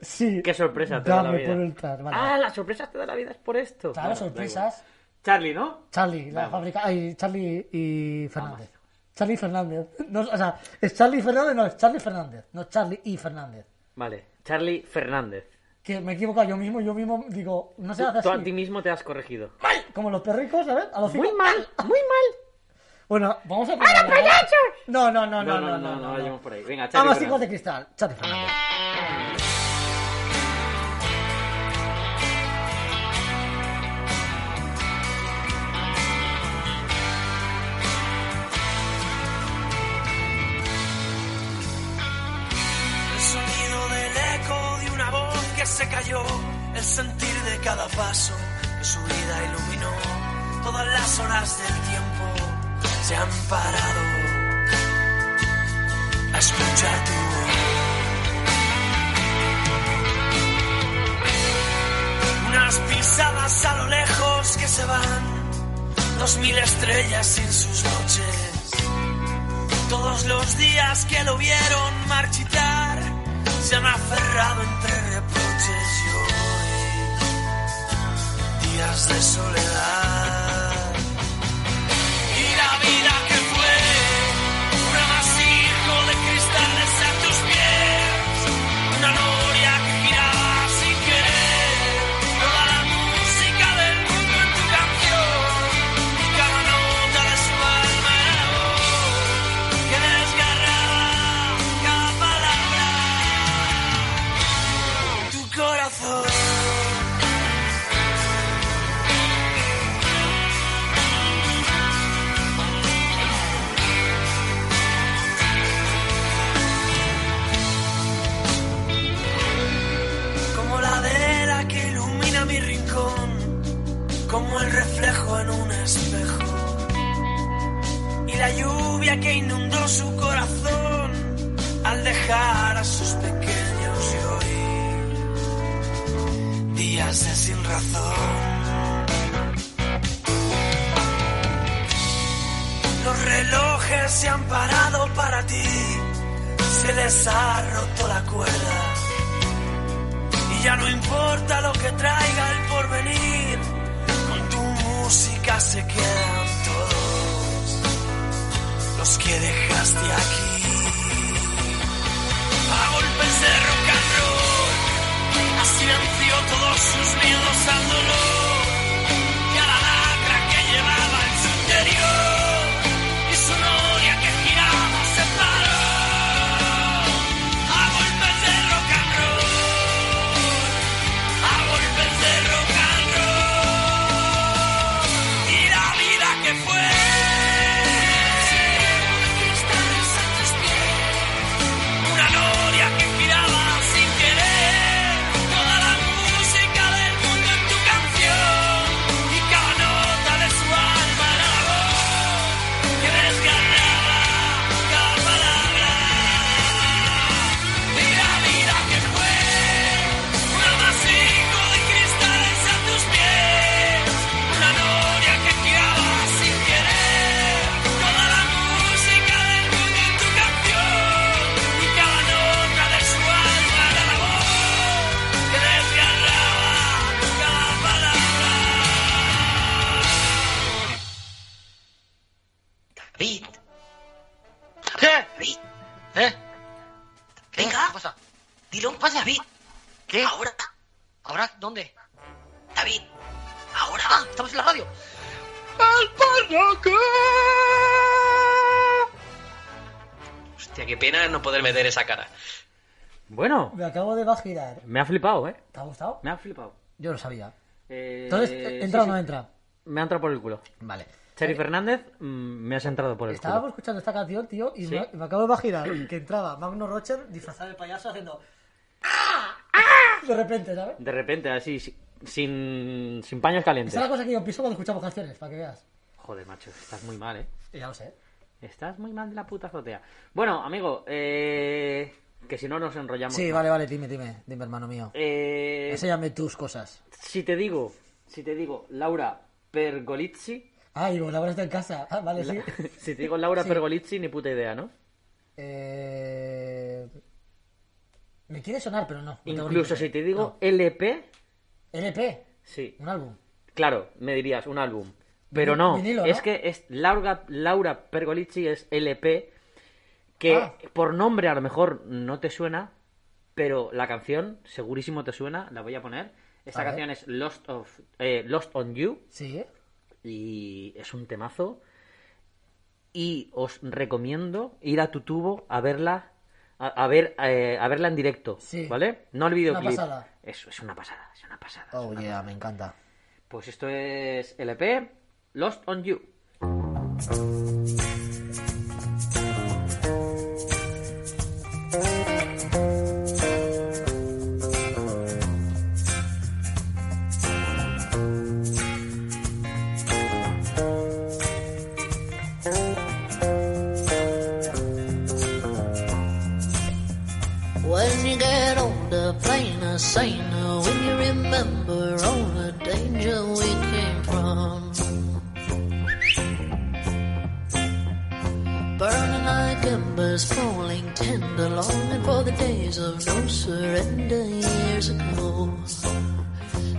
Sí. Qué sorpresa te da la Dame vida. por el tras, vale. Ah, las sorpresas te da la vida es por esto. Claro, Bueno, da sorpresas. igual. Charlie, ¿no? Charlie, la Vamos. fábrica. Ay, Charlie y Fernández. Ah, Charlie Fernández. No, o sea, es Charlie Fernández, no, es Charlie Fernández. No, Charlie y Fernández. Vale. Charlie Fernández. que me he equivocado yo mismo, yo mismo digo, no se hace Tú a ti así. mismo te has corregido. ¡Mal! Como los perricos, ¿sabes? A los Muy cinco, mal, ¡ah! muy mal. Bueno, vamos a... ¡Para, payasos! No, no, no, no, no, no, no, vayamos por ahí. Venga, Charlie Vamos, Fernández. hijos de cristal. Chate, Fernández. Ah. El sonido del eco de una voz que se cayó, el sentir de cada paso que su vida iluminó. Todas las horas del tiempo se han parado a escuchar tu voz. Unas pisadas a lo lejos que se van, dos mil estrellas sin sus noches. Todos los días que lo vieron marchitar se han aferrado entre reproches y hoy días de soledad. Y la vida que fue un amasijo de cristales a tus pies, una noria que giraba sin querer, toda la música del mundo en tu canción, y cada nota de su alma era voz que desgarraba cada palabra tu corazón. Como la vela que ilumina mi rincón, como el reflejo en un espejo y la lluvia que inundó su corazón al dejar a sus pequeños y hoy días de sin razón. Los relojes se han parado para ti, se les ha roto la cuerda y ya no importa lo que traiga el porvenir, con tu música se quedan todos los que dejaste aquí. A golpes de rock and roll, a silencio todos sus miedos al dolor y a la lacra que llevaba en su interior y su noria que giraba se paró. A golpes de rock and roll, a golpes de rock and roll y la vida que fue. Una gloria que giraba sin querer, toda la música del mundo en tu canción y cada nota de su alma era la voz que desgarraba cada palabra. Y la vida que fue, un amasijo de cristales a tus pies, una gloria que giraba sin querer, toda la música del mundo en tu canción y cada nota de su alma era la voz que desgarraba cada palabra. David, ¿Qué? David, ¿Eh? venga, ¿Qué pasa? dilo un pase, David. ¿Qué? Ahora, ¿Ahora? ¿Dónde? David, ahora. Ah, estamos en la radio. ¡Al parraque! Hostia, qué pena no poder meter esa cara. Bueno, Me acabo de vagirar. me ha flipado, ¿eh? ¿Te ha gustado? Me ha flipado. Yo lo sabía. Eh, Entonces, ¿entra o sí, no sí. entra? Me ha entrado por el culo. Vale. Cheri Fernández, mm, me has entrado por el Estábamos culo. escuchando esta canción, tío, y Sí. me, me acabo de imaginar que entraba Magno Rocher disfrazado de payaso haciendo... ¡Ah! ¡Ah! De repente, ¿sabes? De repente, así, si- sin, sin paños calientes. Esa es la cosa que yo piso cuando escuchamos canciones, para que veas. Joder, macho, estás muy mal, ¿eh? Ya lo sé. Estás muy mal de la puta azotea. Bueno, amigo, eh, que si no nos enrollamos. Sí, más. vale, vale, dime, dime, dime, hermano mío. Eh, Enséñame tus cosas. si te digo, si te digo, Laura Pergolizzi. Ah, digo, la está en casa. Ah, vale, sí. la- si te digo Laura Sí. Pergolizzi, ni puta idea, ¿no? Eh... Me quiere sonar, pero no. no tengo ni Incluso idea. si te digo LP, No. LP, sí. un álbum. Claro, me dirías, un álbum. Pero Vinil- no, vinilo, es ¿no? que es Laura, Laura Pergolizzi es LP, que Ah. por nombre a lo mejor no te suena, pero la canción, segurísimo te suena, la voy a poner. Esta A ver. canción es Lost, of, eh, Lost on You Sí. ¿eh? y es un temazo. Y os recomiendo ir a tu tubo a verla, a, a ver, eh, a verla en directo, ¿vale? No el videoclip. pasada. Eso, es una pasada, es una pasada. Oh, yeah, me encanta. Pues esto es LP Lost on You. When you get older, plainer, saner, when you remember all the danger we came from. Burning like embers, falling tender, longing for the days of no surrender years ago.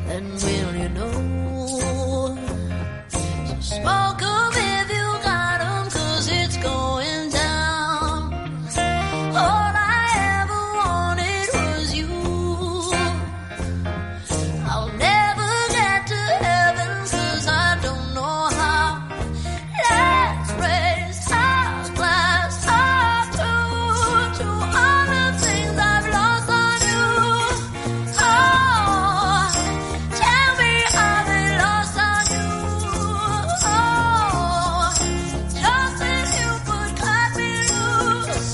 And will you know? So smoke 'em if you got 'em, 'cause it's going down. All I ever wanted was you. I'll never get to heaven 'cause I don't know how. Let's raise our glass up to- to all the things I've lost on you. Oh, tell me I've been lost on you. Oh, just as you could cut me loose.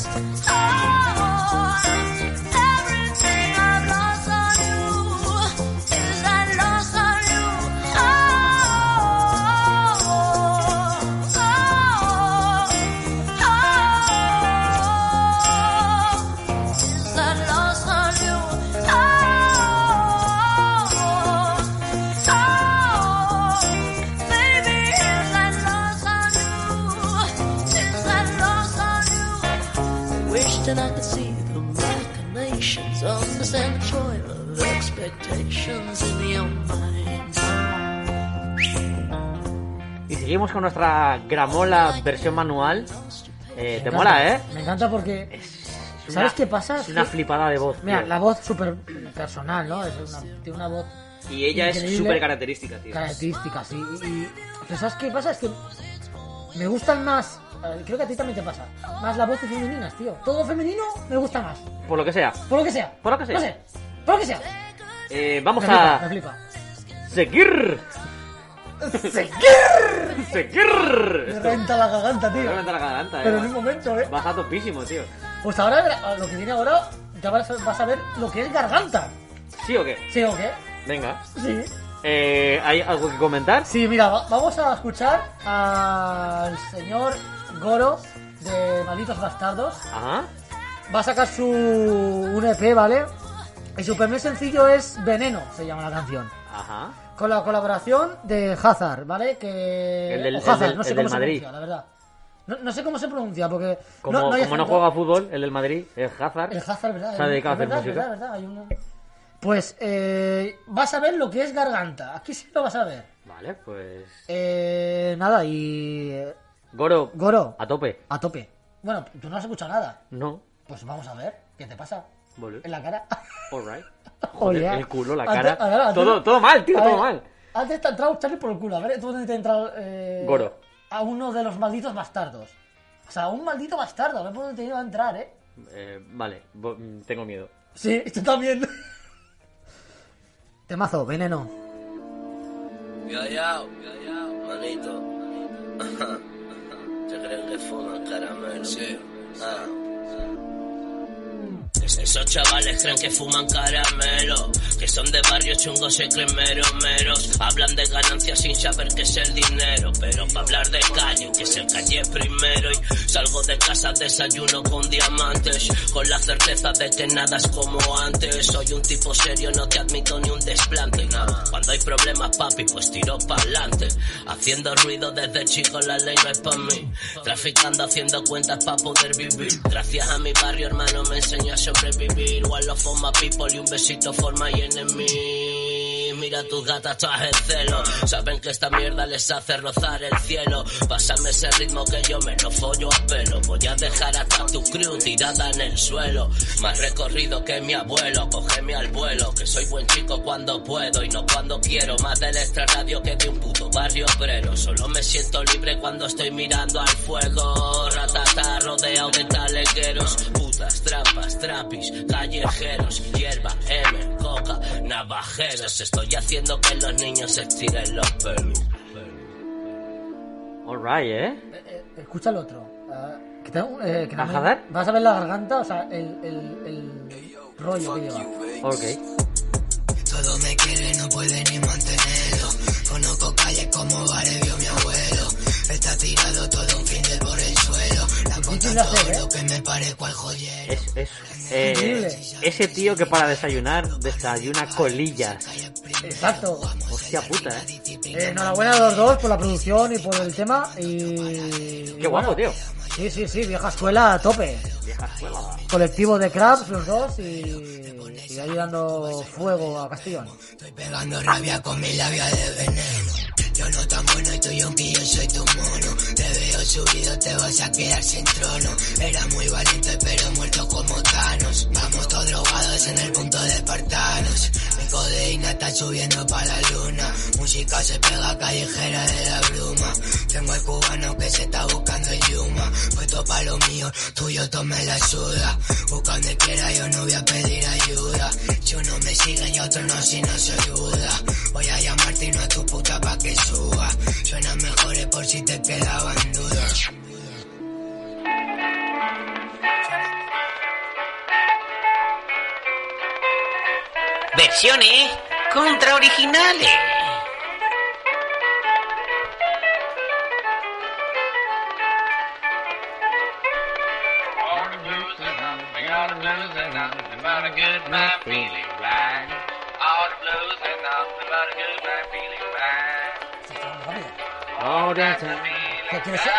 Oh, Wish that I could see the machinations of the sand soil of expectations in your mind. Y seguimos con nuestra gramola versión manual. Eh, te mola, ¿eh? Me encanta porque. Es ¿Sabes una- qué pasa? Es una Sí. flipada de voz. Mira, tío. la voz súper personal, ¿no? Es una- tiene una voz. Y ella es increíble, súper característica, tío. Característica, sí. Y, y- pero ¿sabes qué pasa? Es que me gustan más. eh, Creo que a ti también te pasa. Más las voces femeninas, tío. Todo femenino me gusta más. Por lo que sea. Por lo que sea. Por lo que sea. No sé. Por lo que sea. Eh, vamos Me flipa, me a flipa. seguir. ¡Seguir! ¡Seguir! Me reventa la garganta, tío. Me reventa la garganta, eh. Pero en un momento, eh. Vas a topísimo, tío. Pues ahora, verá- lo que viene ahora, ya vas a, vas a ver lo que es garganta. ¿Sí o qué? ¿Sí o qué? Venga. Sí. Eh, ¿Hay algo que comentar? Sí, mira, va- vamos a escuchar al señor Goro de Malditos Bastardos. Ajá. Va a sacar su un EP, ¿vale? Y su primer sencillo es Veneno, se llama la canción. Ajá. Con la colaboración de Hazard, ¿vale? Que... El del- o el Hazard, del- no sé el cómo del se Madrid. pronuncia, la verdad. No, no sé cómo se pronuncia, porque... Como como no, hay acento. juega a fútbol, el del Madrid, el Hazard. El Hazard, ¿verdad? Se ha dedicado a hacer Es verdad, música. verdad, verdad, hay uno- Pues eh, vas a ver lo que es garganta. Aquí sí lo vas a ver. Vale, pues. Eh, nada, y... eh, Goro. Goro. A tope. A tope. Bueno, tú no has escuchado nada. No. Pues vamos a ver. ¿Qué te pasa? Vale. En la cara. Alright. Joder, el culo, la Antes- cara. a ver, antes- todo, todo mal, tío, a ver, todo mal. Antes te ha entrado Charlie por el culo. A ver, ¿tú dónde te ha entrado? eh, Goro. A uno de los malditos bastardos. O sea, un maldito bastardo. A ver por dónde te iba a entrar, ¿eh? Eh, vale, bo- mm, tengo miedo. Sí, tú también. Temazo, veneno. Yo, yo, manito. Ajá. ¿Te creen que fuman caramelo? Sí. Ah. Es- Esos chavales creen que fuman caramelo, que son de barrios chungos y creen meros meros. Hablan de ganancias sin saber qué es el dinero, pero para hablar de calle, que se calle primero. Y salgo de casa, desayuno con diamantes, con la certeza de que nada es como antes. Soy un tipo serio, no te admito ni un desplante. Cuando hay problemas, papi, pues tiro pa'lante. Haciendo ruido desde chico, la ley no es pa' mí. Traficando, haciendo cuentas pa' poder vivir. Gracias a mi barrio, hermano, me enseñó a sobrevivir. One of all my people y un besito forma y enemy. Mira tus gatas todas el celo. Saben que esta mierda les hace rozar el cielo. Pásame ese ritmo que yo me lo follo a pelo. Voy Voy a dejar atrás tu crew tirada en el suelo. Más recorrido que mi abuelo, cógeme al vuelo. Que soy buen chico cuando puedo y no cuando quiero. Más del extra radio que de un puto barrio obrero. Solo me siento libre cuando estoy mirando al fuego. Ratata rodeado de talegueros. Putas, trampas, trapis, callejeros. Hierba, M, coca, navajeros. Estoy haciendo que los niños se estiren los pelos. Alright, ¿eh? Escucha el otro. Ah, que te- eh, que ¿A no- joder? Vas a ver la garganta, o sea, el, el, el rollo que lleva. Ok. Todos me quieren, no pueden ni mantenerlo. Conozco calles como bares, vio mi abuelo. Está tirado todo un fin del por el suelo. La Difícil conta de hacer, todo ¿eh? lo que me pare cual joyero. Es, es, eh, ese tío que para desayunar desayuna colillas. Exacto. Hostia puta, eh. Eh, enhorabuena a los dos por la producción y por el tema. Y. Qué guapo, tío. Sí, sí, sí, vieja escuela a tope. Vieja escuela. va. Colectivo de Crabs, los dos, y. Y ahí dando fuego a Castellón. Pegando rabia con mi labia de veneno. Yo no tan bueno y tú y un pillo soy tu mono. Te veo subido, te vas a quedar sin trono. Era muy valiente, pero muerto como Thanos. Vamos todos drogados en el punto de espartanos. Mi codeína está subiendo para la luna. Música se pega callejera de la bruma. Tengo el cubano que se está buscando el yuma. Puesto para lo mío, tuyo tome la suda. Busca donde quiera, yo no voy a pedir ayuda. Si uno me sigue y otro no, si no se ayuda. Voy a llamarte y no a tu puta pa' que suba. Suenan mejores por si te quedaban dudas. Versiones contra originales. ¿Qué quieres ser?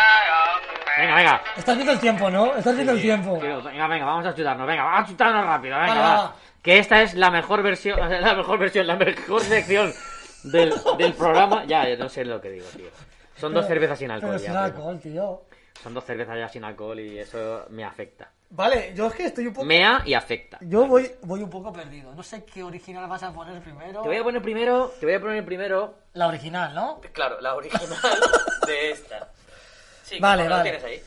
Venga, venga. Estás viendo el tiempo, ¿no? Estás viendo el tiempo. Tío, venga, venga, vamos a chutarnos. Venga, vamos a chutarnos rápido. Venga, Vale, va. va, va. Que esta es la mejor versión, la mejor versión, la mejor sección del, del programa. Ya, eh, no sé lo que digo, tío. Son dos Pero- cervezas sin alcohol. Pero ya, sin primo. alcohol, tío. Son dos cervezas ya sin alcohol y eso me afecta. Vale, yo es que estoy un poco. Mea y afecta. Yo voy, voy un poco perdido. No sé qué original vas a poner primero. Te voy a poner primero, te voy a poner primero. La original, ¿no? Claro, la original de esta. Sí, Vale, ¿cómo la vale. tienes ahí?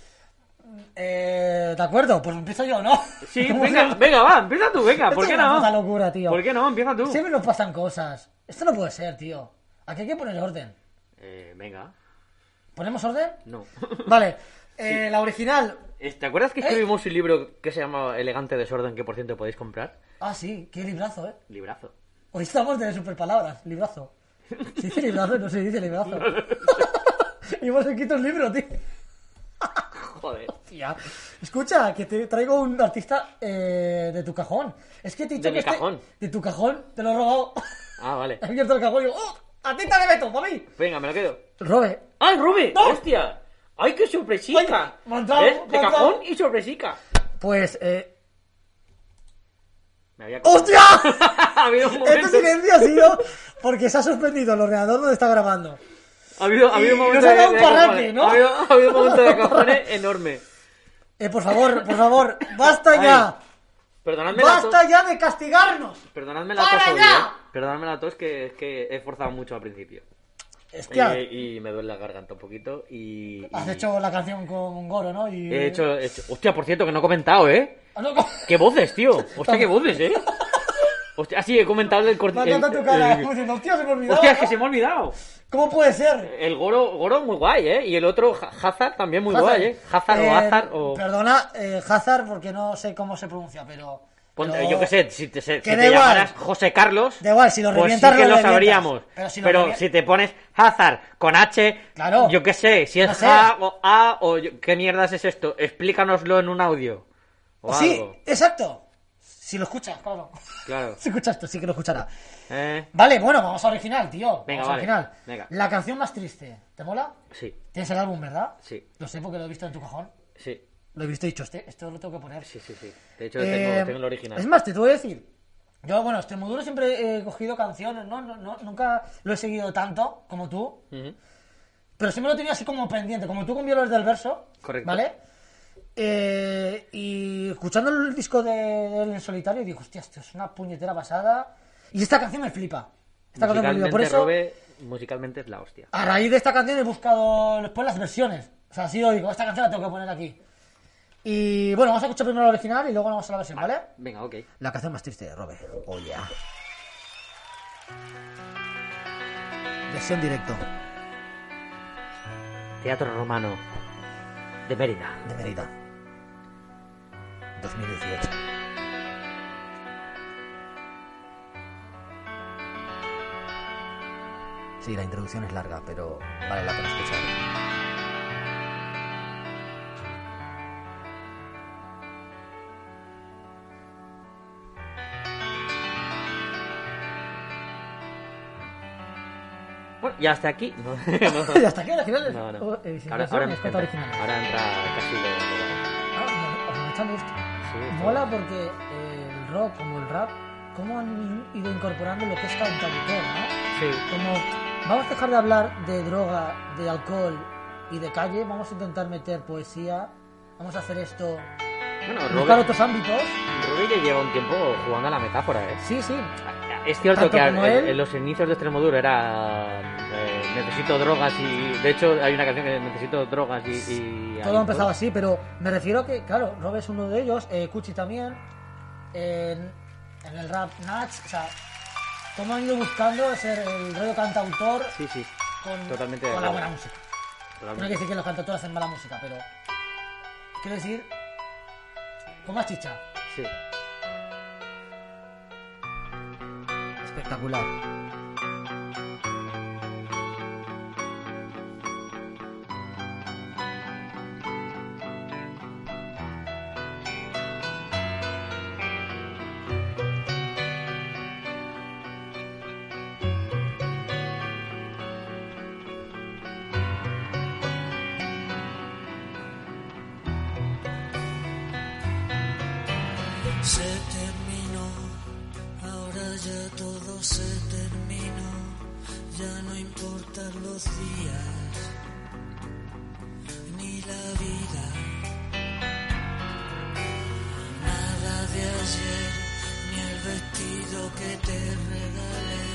Eh, de acuerdo, pues empiezo yo, ¿no? Sí, venga, venga, va, empieza tú, venga, Esto ¿por es qué una puta no? locura, tío. ¿Por qué no? Empieza tú. Siempre nos pasan cosas. Esto no puede ser, tío. Aquí hay que poner orden. Eh, venga, ¿Ponemos orden? no. Vale. Eh, La original. Eh, ¿Te acuerdas que escribimos un libro que se llama Elegante Desorden que por cierto podéis comprar? Ah, sí, qué librazo, ¿eh? Librazo. Hoy estamos de superpalabras, librazo. Se dice librazo, no se dice librazo. y hemos escrito un libro, tío. Joder. Tía. Escucha, que te traigo un artista eh, de tu cajón. Es que te he dicho De que mi este- cajón. De tu cajón, te lo he robado. Ah, vale. he abierto el cajón y digo, ¡oh! ¡Atenta de Beto, mami! Venga, me lo quedo. Robe, ¡Ay, Rube! ¡No! ¡Hostia! ¡Ay, qué sorpresica! Ay, me ha entrado, ¿Ves? me De ha entrado. cajón y sorpresica. pues, eh... Me había ¡Hostia! ha habido un Este momento. silencio ha sido porque se ha suspendido el ordenador donde está grabando. Ha habido, ha habido un Y momento nos ha dado de, un de parraque, cojones. ¿no? Ha habido, ha habido un momento de cojones enorme. Eh, por favor, por favor, basta ya. Perdonadme la ¡Basta ya de castigarnos! tos. Perdonadme la ¡Para tos, ya! audio, eh. Perdonadme la tos que es que he forzado mucho al principio. Hostia, Eh, Y, y me duele la garganta un poquito y... y- has hecho la canción con Goro, ¿no? Y... He hecho, he hecho- Hostia, por cierto, que no he comentado, ¿eh? Ah, no, co- ¡Qué voces, tío! ¡Hostia, qué voces, eh! Hostia, así he comentado el corte... Me ha encantado tu cara, como diciendo, hostia, se me olvidaba. Hostia, es que ¿no? se me ha olvidado. ¿Cómo puede ser? El Goro, Goro muy guay, ¿eh? Y el otro, Ha- Hazard, también muy Hazard. guay, ¿eh? Hazard Eh, o Hazard o... Perdona, eh, Hazard, porque no sé cómo se pronuncia, pero... Ponte- pero- Yo qué sé, si te, se- Que si da te igual. llamaras José Carlos, Da igual, si lo pues sí revientas, lo que lo revientas. sabríamos. Pero si lo revien- te pones Hazard con H, Claro. yo qué sé, si es No sé. Ha o A o yo- qué mierdas es esto, explícanoslo en un audio. O Sí, algo. exacto. Si lo escuchas, claro. Claro. Si escuchas esto, sí que lo escuchará. Eh, Vale, bueno, vamos a original, tío. Venga, vamos a vale. original. Venga. La canción más triste. ¿Te mola? sí, Tienes el álbum, ¿verdad? sí, Lo sé porque lo he visto en tu cajón. sí, Lo he visto y he dicho, este, esto lo tengo que poner. sí, sí, sí. De hecho, Eh, tengo, tengo el original. Es más, te voy a decir. Yo, bueno, este muy duro siempre he cogido canciones, ¿no? No, no- Nunca lo he seguido tanto como tú. Ujú. Pero siempre lo tenía así como pendiente, como tú con violas del verso. Correcto. ¿Vale? Eh, y escuchando el disco de, de él en solitario, digo, hostia, esto es una puñetera basada. Y esta canción me flipa. Esta canción me flipa. Musicalmente, Por eso, Robe, musicalmente es la hostia. a raíz de esta canción he buscado después las versiones. O sea, ha sido, digo, esta canción la tengo que poner aquí. Y bueno, vamos a escuchar primero la original y luego vamos a la versión, ¿vale? Venga, ok. La canción más triste de Robert. Oh, yeah. Versión directo. Teatro Romano de Mérida. De Mérida. 2018. Sí, la introducción es larga, pero vale la pena escucharla. Bueno, y hasta aquí. No, no. ¿Y hasta aquí el original? No, no. O- eh, sí, ahora, versión ahora, y escota entra, original. ahora entra casi lo. Ah, me- me echan esto. Sí, Mola porque el rock como el rap, cómo han ido incorporando lo que es cantautor, ¿no? Sí. Como vamos a dejar de hablar de droga, de alcohol y de calle, vamos a intentar meter poesía, vamos a hacer esto, Bueno, buscar Robe, otros ámbitos. Robe ya lleva un tiempo jugando a la metáfora, ¿eh? Sí, sí, Es cierto Tanto que al- como en, él. en los inicios de Extremoduro era eh, necesito drogas y de hecho hay una canción que necesito drogas y, y todo ha empezado así, pero me refiero a que, claro, Rob es uno de ellos, eh, Cuchi también, en, en el rap Nats, o sea, cómo han ido buscando ser el rollo cantautor Sí, sí. con, Totalmente de con la acuerdo. buena música. No hay que Totalmente. decir que los cantautores hacen mala música, pero. Quiero decir. Con más chicha. Sí. Espectacular. Se terminó, ahora ya todo se terminó, ya no importan los días ni la vida. Nada de ayer, ni el vestido que te regalé,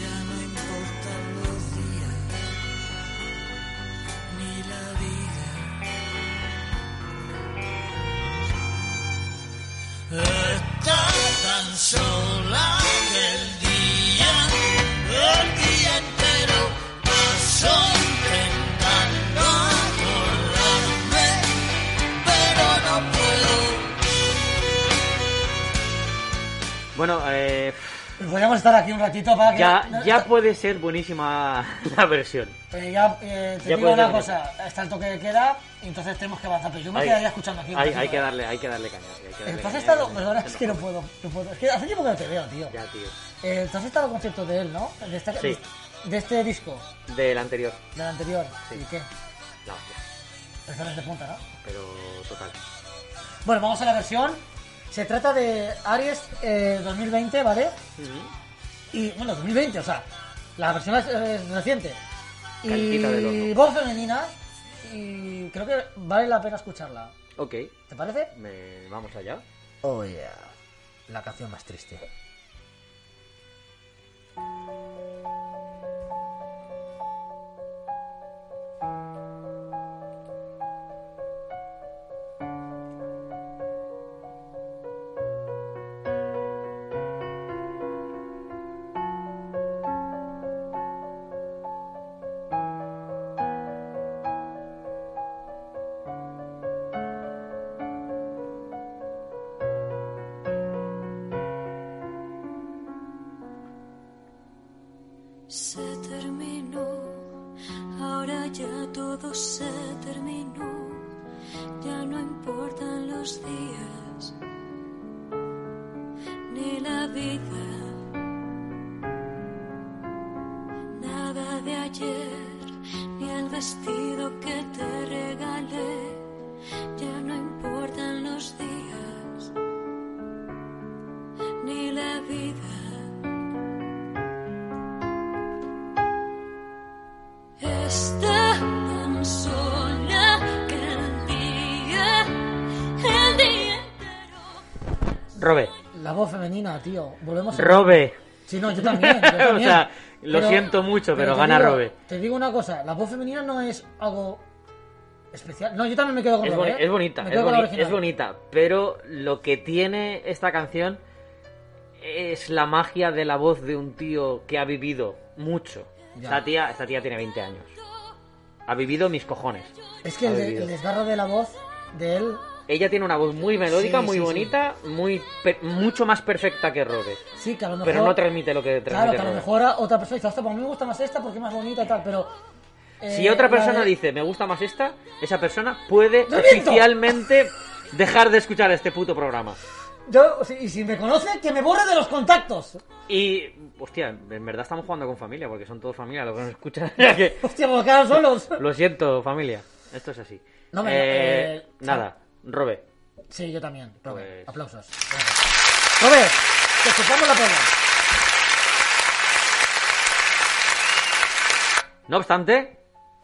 ya no importan los días ni la vida. Estás tan sola que el día, el día entero paso intentando acordarme, pero no puedo. Bueno, eh, Pues Podríamos estar aquí un ratito para que. ya, no, ya puede ser buenísima la versión. eh, ya, eh, te ya digo puedes una terminar. cosa, está el toque de queda, entonces tenemos que avanzar. Pero yo me Hay- quedaría escuchando aquí. un Hay, ratito, hay que ¿eh? darle, hay que darle caña. hay que darle Eh, ¿Tú has caña. estado.? Perdona, es que no puedo, no puedo. Es que hace tiempo que no te veo, tío. Ya, tío. Eh, ¿Tú has estado al concierto de él, no? De este, Sí. de este disco, Del anterior. del anterior. Sí. ¿Y qué? La hostia. Personas de punta, ¿no? Pero total. Bueno, vamos a la versión. Se trata de Aries eh, 2020, ¿vale? Y bueno, 2020, o sea, la versión es, es reciente. Calentita del Y horno. voz femenina, y creo que vale la pena escucharla. Ok, ¿Te parece? me- vamos allá. Oh, yeah. La canción más triste. Se terminó, ahora ya todo se terminó, ya no importan los días ni la vida. Nada de ayer, ni el vestido que te regalé, ya no importan los días ni la vida. Está tan sola que el día, Robe. La voz femenina, tío. Volvemos a... Robe. Sí, no, yo también. yo o también. sea, lo Pero- siento mucho, pero, te gana digo- Robe. Te digo una cosa, la voz femenina no es algo especial. No, yo también me quedo con Es, Robe. boni- ¿eh? es bonita, Me es, quedo con la boni- original. es bonita, pero lo que tiene esta canción es la magia de la voz de un tío que ha vivido mucho. Ya. Esta tía, esta tía tiene 20 años. Ha vivido mis cojones. Es que Ha el, de- vivido. el desgarro de la voz de él. Ella tiene una voz muy melódica, Sí, muy sí, sí. bonita, muy pe- mucho más perfecta que Robe. Sí, que a lo mejor. Pero no transmite lo Claro, que transmite que a lo Robe. mejor a otra persona dice, "Hostia, pues a mí me gusta más esta porque es más bonita y tal, pero. eh, Si otra la persona de- dice, me gusta más esta, esa persona puede ¡No miento! oficialmente dejar de escuchar este puto programa. Yo, si- y si me conoce, que me borre de los contactos. Y, hostia, en verdad estamos jugando con familia, porque son todos familia los que nos escuchan. o sea que- Hostia, me quedan solos. Lo siento, familia. Esto es así. No, me- Eh, eh, nada, Robe. Sí, yo también. Robe, Pues- aplausos. Gracias. Robe, te escuchamos la polla. No obstante,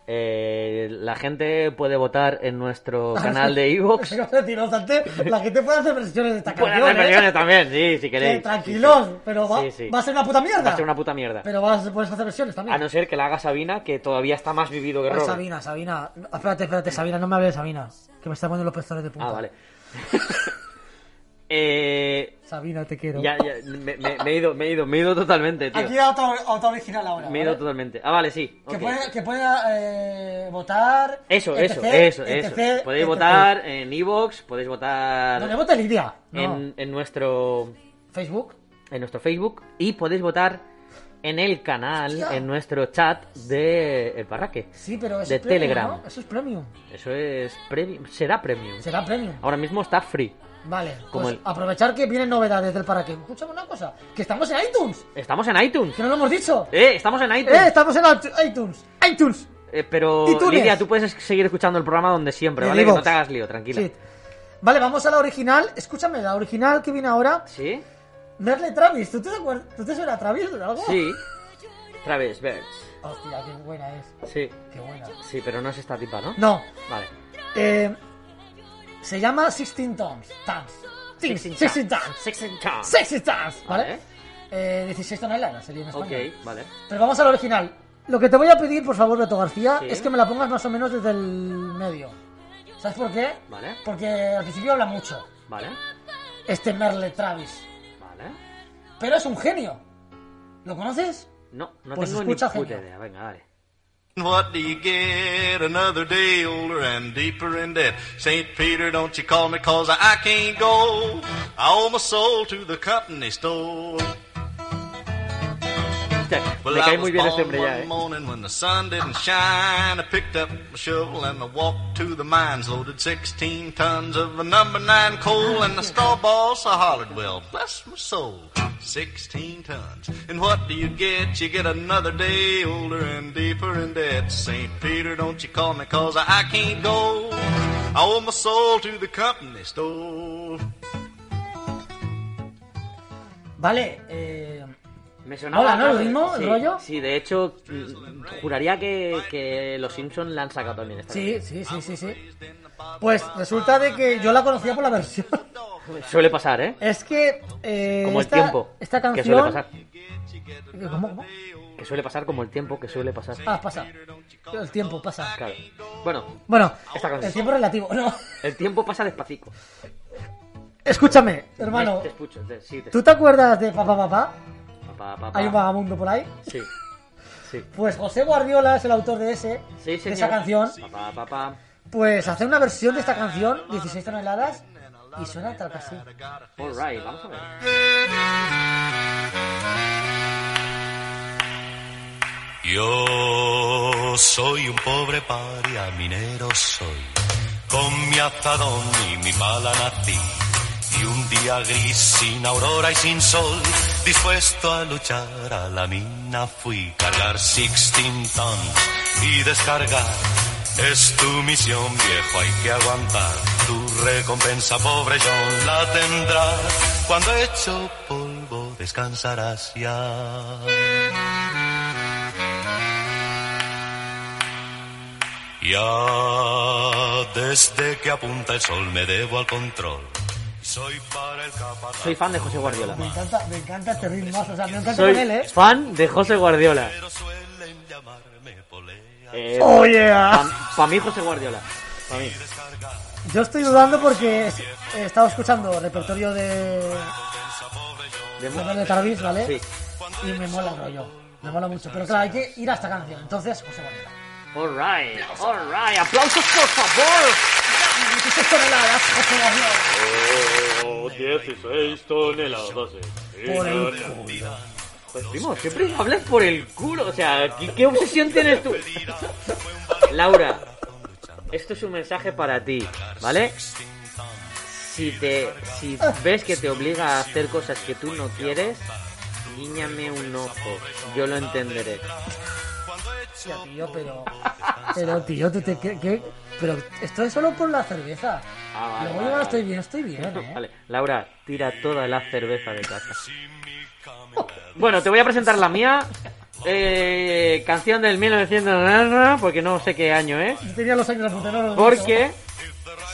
eh, la gente puede votar en nuestro canal de Evox. No sé, tío, no obstante, la gente puede hacer versiones de esta Pueden canción. hacer ¿eh? versiones también, sí, si Eh, queréis. tranquilos, pero va, Sí, sí. va a ser una puta mierda. Va a ser una puta mierda. Pero vas, puedes hacer versiones también. A no ser que la haga Sabina, que todavía está más vivido que Ay, Robe. Sabina, Sabina. No, Espérate, espérate, Sabina, no me hables de Sabina. Que me está poniendo los pezones de punta. Ah, vale. Eh, Sabina, te quiero. ya, ya, me, me- me he ido, me he ido, me he ido totalmente, tío. Aquí da auto, auto original ahora. Me he ido ¿vale? totalmente. Ah, vale, sí. Que ok. puede, que puede eh, votar. Eso, etc, eso, eso, etc, eso. Podéis etc. votar en Evox, podéis votar No le vote Lidia. No. en, en nuestro Facebook. en nuestro Facebook y podéis votar en el canal, Hostia. en nuestro chat de El Barraque. Sí, pero es De premium, Telegram. ¿no? Eso es premium. Eso es premium, será premium. Será premium. Ahora mismo está free. Vale, Como pues el- aprovechar que vienen novedades del para que. Escúchame una cosa, que estamos en iTunes, Estamos en iTunes. que no lo hemos dicho. Eh, estamos en iTunes. Eh, estamos en iTu- iTunes, iTunes. Eh, pero iTunes. Lidia, tú puedes seguir escuchando el programa donde siempre, En ¿vale? Que no iVoox. te hagas lío, tranquila. Sí. Vale, vamos a la original. Escúchame, la original que viene ahora, ¿Sí? Merle Travis. ¿Tú te acuerdas? ¿Tú te suena a Travis de algo? Sí. Travis Birds. Hostia, qué buena es. Sí. Qué buena. Sí, pero no es esta tipa, ¿no? No. Vale. Eh, se llama 16 Tons. Tons. 16 Tons. Sixteen Tons. 16 Tons. ¿Vale? Vale. Eh, 16 toneladas sería en Ok, español. vale. Pero vamos al original. Lo que te voy a pedir, por favor, Beto García, Sí. es que me la pongas más o menos desde el medio. ¿Sabes por qué? Vale. Porque al principio habla mucho. Vale. Este Merle Travis. Vale. Pero es un genio. ¿Lo conoces? No, no Pues tengo escucha, ni puta genio. idea. Venga, dale. What do you get? Another day older and deeper in debt. St. Peter, don't you call me 'cause I can't go. I owe my soul to the company store. Hostia, Pues Well, Me I cae was muy bien este born hombre ya, one eh. morning when the sun didn't shine. I picked up my shovel and I walked to the mines, loaded 16 tons of a number nine coal, and the straw boss I hollered, well, bless my soul, 16 tons. And what do you get? You get another day older and deeper in debt. St. Peter, don't you call me 'cause I can't go. I owe my soul to the company store. Vale. eh, Me Mola, sonaba. ¿no? El Sí, ritmo, el sí, rollo. Sí, de hecho, mm, juraría que, que los Simpsons la han sacado también esta Sí, sí, sí, sí, sí. Pues resulta de que yo la conocía por la versión. canción. Suele pasar, ¿eh? Es que... eh, Como el esta, tiempo. Esta Que canción... suele Eh, pasar. ¿Cómo, cómo? Que suele pasar como el tiempo que suele pasar. Ah, pasa. El tiempo pasa. Claro. Bueno, Bueno, Esta canción. el tiempo relativo. No. el tiempo pasa despacito. Escúchame, hermano. Te escucho, te- sí, te ¿Tú te acuerdas de papá, papá? Pa, pa, pa, pa. Hay un vagabundo por ahí. Sí. Sí. Pues José Guardiola es el autor de ese, Sí, de señor. esa canción. Pa, pa, pa, pa. Pues hace una versión de esta canción, 16 toneladas, y suena tal que así. All right, vamos a ver. Yo soy un pobre paria, minero soy, con mi azadón y mi pala nací. Y un día gris, sin aurora y sin sol, dispuesto a luchar a la mina fui. Cargar 16 tons y descargar, es tu misión viejo, hay que aguantar. Tu recompensa, pobre John, la tendrás. Cuando hecho polvo, descansarás ya. Ya desde que apunta el sol me debo al control. Soy para el capataz. Soy fan de José Guardiola. Me encanta, me encanta este ritmo. O sea, me encanta Soy con él, ¿eh? fan de José Guardiola. Eh, Oh, yeah. Para mí José Guardiola. Pa' mí. Yo estoy dudando porque es- he estado escuchando repertorio de. De Fernando de Tarvis, ¿vale? Sí. Y me mola el rollo. Me mola mucho. Pero claro, hay que ir a esta canción. Entonces, José Guardiola. All right, all right. Aplausos, por favor. 16 toneladas, José Guardiola. Oh, 16 toneladas. eh. Por el Pues, primo, siempre hablas por el culo. O sea, ¿qué, qué obsesión tienes tú? Laura, esto es un mensaje para ti, ¿vale? Si te, si ves que te obliga a hacer cosas que tú no quieres, guíñame un ojo. Yo lo entenderé. Hostia, tío, pero. Pero, tío, tú te. ¿qué, qué? Pero esto es solo por la cerveza. Ah, vale, Luego yo vale, no vale. estoy bien, estoy bien, ¿eh? Vale, Laura, tira toda la cerveza de casa. Bueno, te voy a presentar la mía. Eh, canción del 1900, porque no sé qué año es. ¿eh? Yo tenía los años apuntados. no lo he Porque dicho.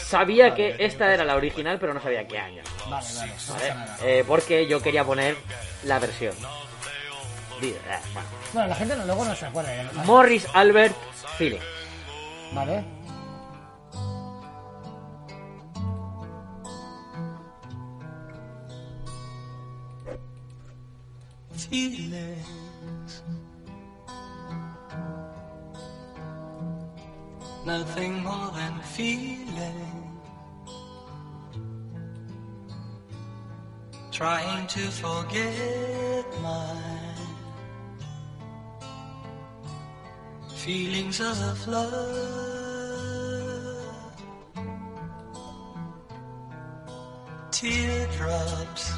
sabía que esta era la original, pero no sabía qué año. Vale, vale. no ¿vale? pasa nada. Eh, porque yo quería poner la versión. Di- eh, bueno. Bueno, la gente no, luego no se acuerda. ya lo sabe. Morris Albert Phillips. Vale. Chile. Nothing more than feeling. Trying to forget my feelings as of love. Teardrops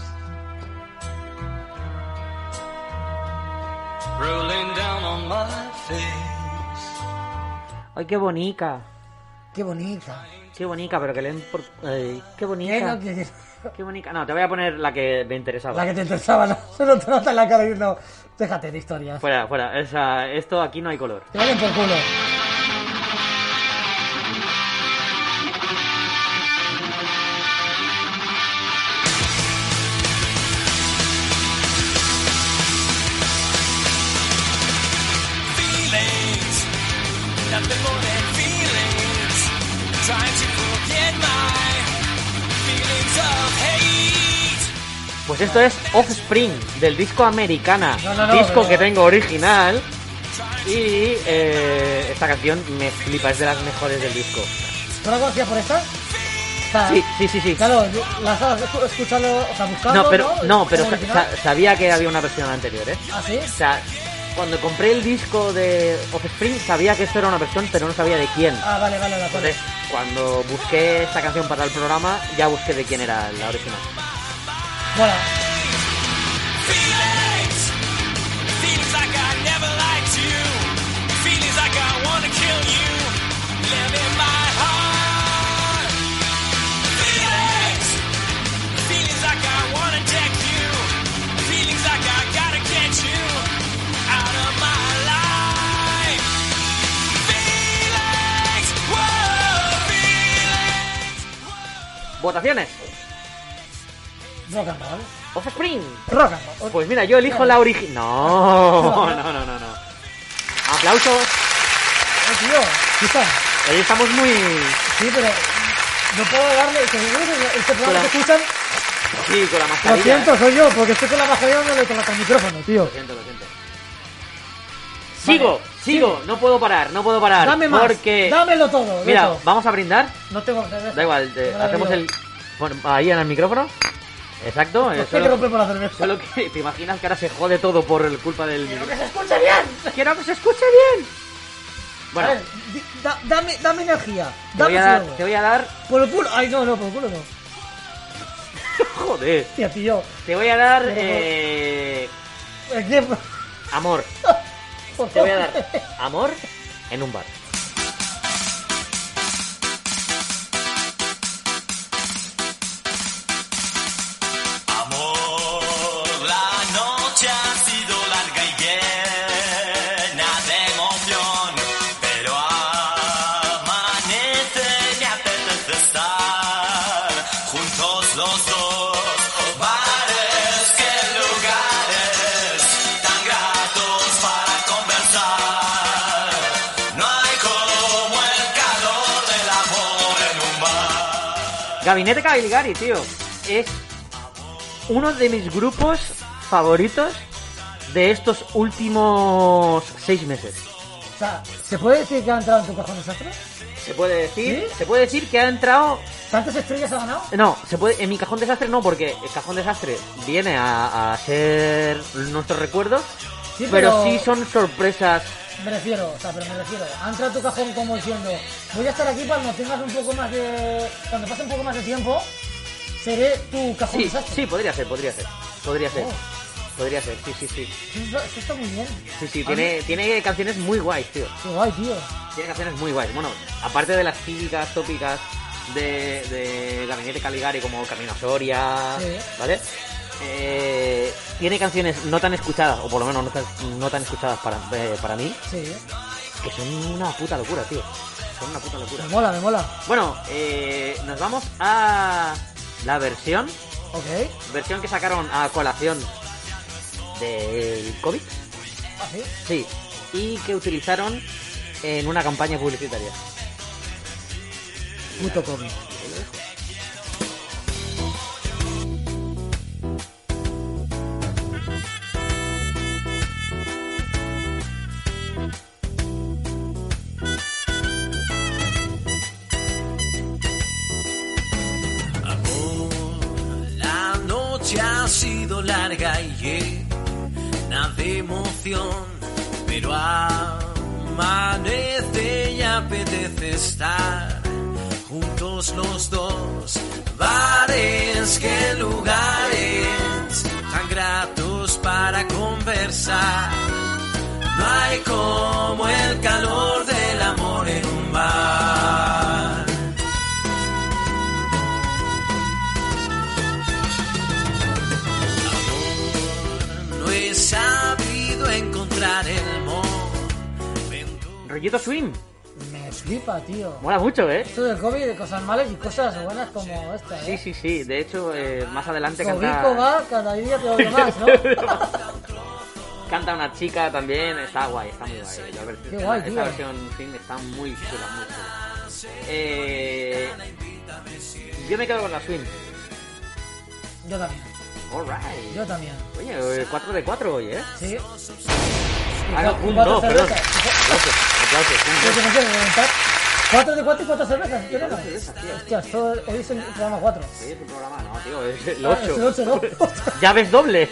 rolling down on my face. Ay, qué bonita. Qué bonita. Qué bonita, pero que leen por... Ay, qué Eh, no, bonita. que- Qué bonita. No, te voy a poner la que me interesaba. La que te interesaba, ¿no? Solo te nota en la cara diciendo, déjate de historias. Fuera, fuera. Esa, esto aquí no hay color. Te valen por culo. feelings. Nothing more than feelings. Trying to forget my feelings of hate. Pues esto es Offspring, del disco Americana. No, no, no, disco pero- que tengo original. Y eh, esta canción me flipa, es de las mejores del disco. ¿Tú la conocías por esta? Esta- Sí, sí, sí, sí. Claro, la estabas escu- escuchando, o sea, buscando, No, pero, no, pero Como sa- original. sa- sabía que había una versión anterior, ¿eh? ¿Ah, sí? O sea, cuando compré el disco de Offspring sabía que esto era una versión, pero no sabía de quién. Ah, vale, vale, de acuerdo. Entonces, cuando busqué esta canción para el programa, ya busqué de quién era la original. Bueno, Feelings. Feelings like I never liked you. Feelings like I wanna kill you. Live in my heart. Feelings. Feelings like I wanna deck you. Feelings like I gotta get you out of my life. Feelings. Whoa, feelings. Votaciones. rock and roll. Offspring. Rock and roll. Pues mira, yo elijo la original. No, no, no, no, no. Aplausos. Eh, tío, ¿qué está? Hoy estamos muy. Sí, pero no puedo darle, seguro que este programa Hola. que escuchan, Sí, con la lo mascarilla. siento, ¿eh? soy yo, porque estoy con la mascarilla dándole con la- con el micrófono, tío. Lo siento, lo siento. Sigo, sigo, no puedo parar, no puedo parar. Dame más, Porque. dámelo todo. Mira, loco. vamos a brindar. no tengo cerveza. Da igual, eh, No la hacemos bebo. el. Bueno, ahí en el micrófono. Exacto. eh, ¿Por qué te solo, rompemos la cerveza? solo que te imaginas que ahora se jode todo por culpa del. ¡Que se escuche bien! ¡Quiero que se escuche bien! Bueno, A ver, di- da- dame, dame energía. te voy, Dame a dar, fuego. te voy a dar. Por el culo. Ay, no, no, por el culo no. Joder. Hostia, tío. Te voy a dar. Pero- eh, Es que- amor. por Te voy a favor. dar amor en un bar. Amor, la noche ha sido larga y llena de emoción, pero amanece y apetece estar juntos Los ojos, bares, qué lugares tan gratos para conversar. No hay como el calor del amor en un bar. Gabinete Caligari, tío. Es uno de mis grupos favoritos de estos últimos seis meses. O sea, ¿se puede decir que ha entrado en tu cajón desastre? Se puede decir, se puede decir que ha entrado. ¿Tantas estrellas ha ganado? No, se puede. En mi cajón desastre no, porque el cajón desastre viene a, a ser nuestros recuerdos. Sí, pero... pero- sí son sorpresas. Me refiero, o sea, pero me refiero. Ha entrado a tu cajón como diciendo, voy a estar aquí cuando tengas un poco más de. Cuando pase un poco más de tiempo, seré tu cajón Sí, desastre. sí, podría ser, podría ser. Podría ser. Oh. Podría ser, sí, sí, sí. Esto, esto está muy bien. Sí, sí, A tiene, mí- tiene canciones muy guays, tío. Qué guay, tío. Tiene canciones muy guays. Bueno, aparte de las típicas tópicas de, de Gabinete Caligari como Camino a Soria, Sí. ¿vale? Eh, tiene canciones no tan escuchadas, o por lo menos no tan, no tan escuchadas para, eh, para mí, Sí. que son una puta locura, tío. Son una puta locura. Me mola, me mola. Bueno, eh, nos vamos a la versión, Ok. versión que sacaron a colación del COVID. ¿Ah, sí? Sí, y que utilizaron en una campaña publicitaria. Puto cómic. La noche ha sido larga y llena de emoción, pero amanece y apetece estar juntos los dos. Bares, qué lugares tan gratos para conversar. No hay como el calor del amor en un bar. No he sabido encontrar el modo. Rollito Swim, Me flipa, tío. mola mucho, ¿eh? Esto del COVID, de cosas malas y cosas buenas como esta, Sí, ¿eh? sí, sí, de hecho, eh, más adelante Cobico canta, va, cada día te odio más, ¿no? canta una chica también, está guay, está muy guay. La versión, Qué guay, esa tío. versión Swim está muy chula, muy chula. Eh, yo me quedo con la Swim. Yo también, Alright. yo también. Oye, 4 de 4 hoy, ¿eh? Sí. Ah, no, un Cuatro dos, perdón. cervezas. Aplausos, aplausos, un Yo dos. que no quiero reventar. Cuatro de cuatro y cuatro cervezas, ¿qué Cuatro no? cervezas, tío. Hostia, esto, hoy es el programa cuatro. Oye, es un programa, no, tío, es el Ah, es el 8. ocho, ¿no? Llaves dobles.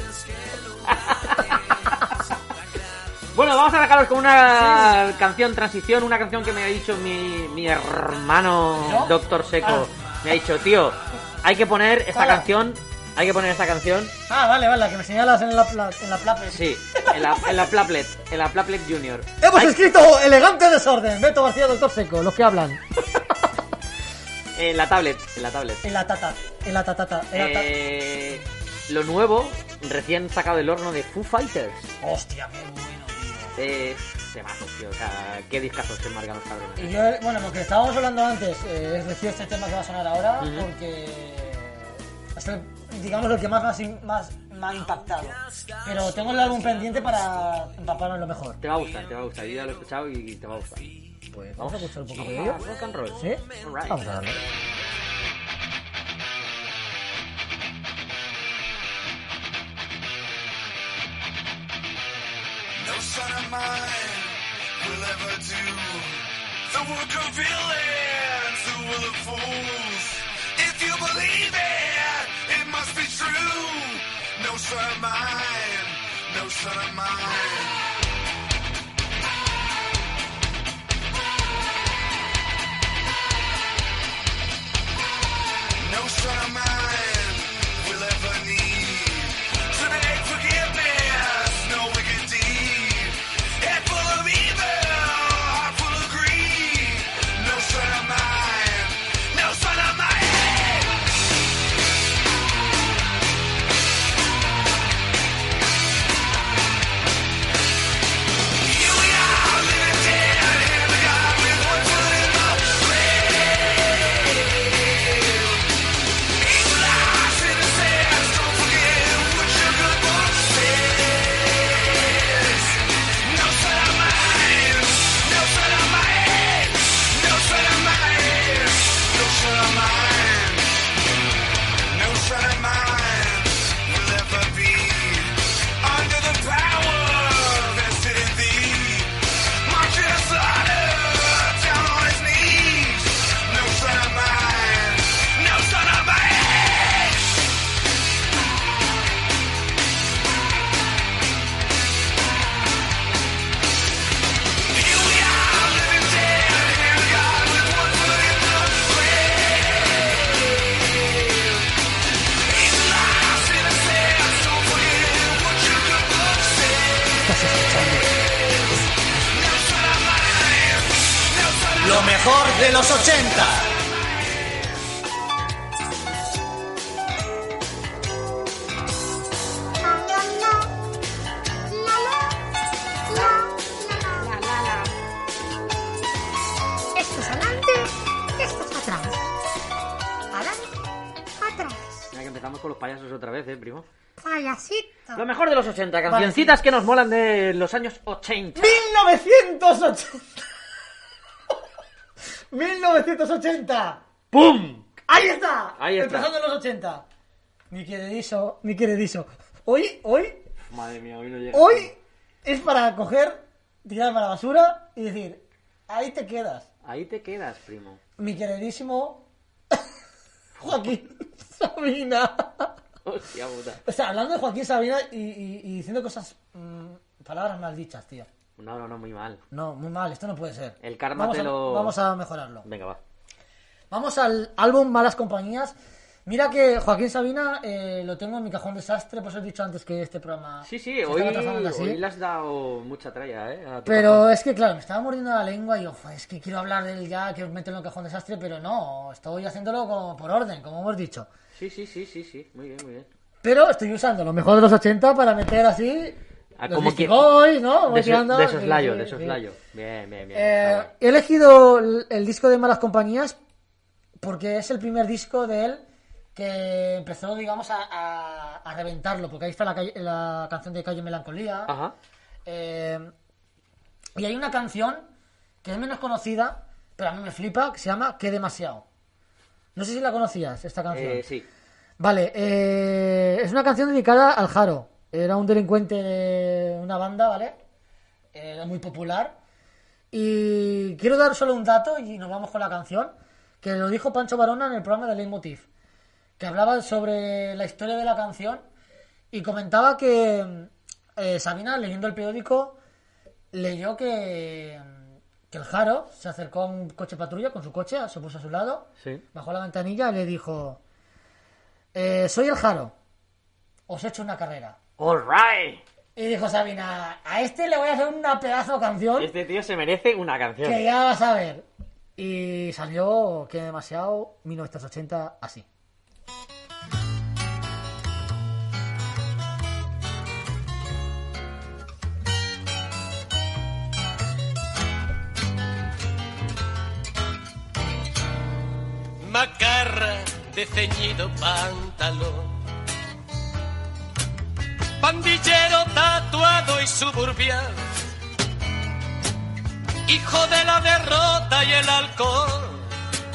bueno, vamos a dejaros con una canción transición, una canción que me ha dicho mi, mi hermano ¿Yo? Doctor Seco. Ah. Me ha dicho, tío, hay que poner esta Hala. canción, hay que poner esta canción, Ah, vale, vale, la que me señalas en la, pla- en la plape. sí, en la, en la Plaplet, en la Plaplet Junior. Hemos Hay- escrito Elegante Desorden, Beto García, Doctor Seco, los que hablan. en la tablet, en la tablet. En la tata, en la tatata, en la tata. Eh, lo nuevo, recién sacado del horno de Foo Fighters. Hostia, qué bueno, Eh, temazo, tío, o sea, qué discazos se marcan los cabrones. Y yo, bueno, lo que estábamos hablando antes, eh, es decir, este tema que va a sonar ahora, Ujú. porque es el, digamos lo que más me ha sin- más, me ha impactado. Pero tengo el álbum pendiente para empaparme en lo mejor. Te va a gustar, te va a gustar. Yo ya lo he escuchado y te va a gustar. Pues vamos a escuchar un poquito de ello. Ah, rock and roll. ¿Sí? Alright. Vamos a darle. No son of mine will ever do the work of villains who will of fools. If you believe it, it must be true. No son of mine, no son of mine. No son of mine will ever need to beg forgiveness. No wicked deed, head full of evil, heart full of greed. No son of mine, no son of mine. No de los 80. Esto es adelante, esto es atrás. Adelante, atrás. Ya que empezamos con los payasos otra vez, eh, primo. Payasito. Lo mejor de los 80, cancioncitas que nos molan de los años 80. 1980. 1980. ¡Pum! Ahí está. Ahí está. Empezando en los 80. Mi queridizo, mi queridizo. Hoy, hoy, Madre mía, hoy no llega. hoy es para coger, tirar para la basura y decir, ahí te quedas. Ahí te quedas, primo. Mi queridísimo Joaquín Sabina. Hostia puta. O sea, hablando de Joaquín Sabina y, y- y diciendo cosas, mm, palabras mal dichas, tío. No, no, no, muy mal. No, muy mal, esto no puede ser. El karma vamos te a, lo- Vamos a mejorarlo. Venga, va. Vamos al álbum Malas Compañías. Mira que Joaquín Sabina eh, lo tengo en mi cajón desastre, pues os he dicho antes que este programa... Sí, sí, se hoy, estaba trazando así. hoy le has dado mucha tralla, eh. a tu Pero papá. es que, claro, me estaba mordiendo la lengua y yo, "Joder, es que quiero hablar del ya, quiero meterlo en el cajón desastre, pero no, estoy haciéndolo como por orden, como hemos dicho. Sí, sí, sí, sí, sí. Muy bien, muy bien. Pero estoy usando lo mejor de los 80 para meter así... Ah, los como Beastie que- Boys, ¿no? Voy de, so- tirando, de eh, soslayo, de sí, soslayo. sí. Bien, bien, bien. Eh, Ah, he elegido el, el disco de Malas Compañías porque es el primer disco de él que empezó, digamos, a, a- a reventarlo, porque ahí está la, calle- la canción de Calle Melancolía. Ajá. Eh, y hay una canción que es menos conocida, pero a mí me flipa, que se llama Qué demasiado. No sé si la conocías, esta canción. eh, sí. Vale, eh, es una canción dedicada al Jaro. Era un delincuente de una banda, ¿vale? Era muy popular. Y quiero dar solo un dato y nos vamos con la canción, que lo dijo Pancho Barona en el programa de Leitmotiv, que hablaba sobre la historia de la canción y comentaba que eh, Sabina, leyendo el periódico, leyó que, que el Jaro se acercó a un coche patrulla con su coche, se puso a su lado, Sí. bajó la ventanilla y le dijo... Eh, soy el Jaro. Os he hecho una carrera. All right. Y dijo Sabina, a este le voy a hacer una pedazo de canción Este tío se merece una canción. que ya vas a ver. Y salió que demasiado 1980 así. Macarra de ceñido pantalón. Pandillero tatuado y suburbial. Hijo de la derrota y el alcohol.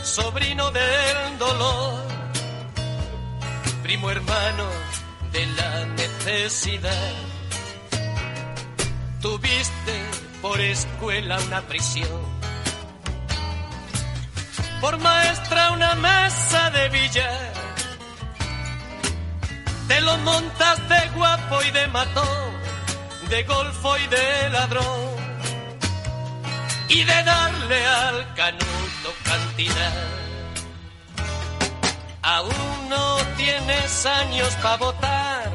Sobrino del dolor. Primo hermano de la necesidad. Tuviste por escuela una prisión por maestra una mesa de billar. Te lo montas de guapo y de matón, de golfo y de ladrón, y de darle al canuto cantidad. Aún no tienes años para votar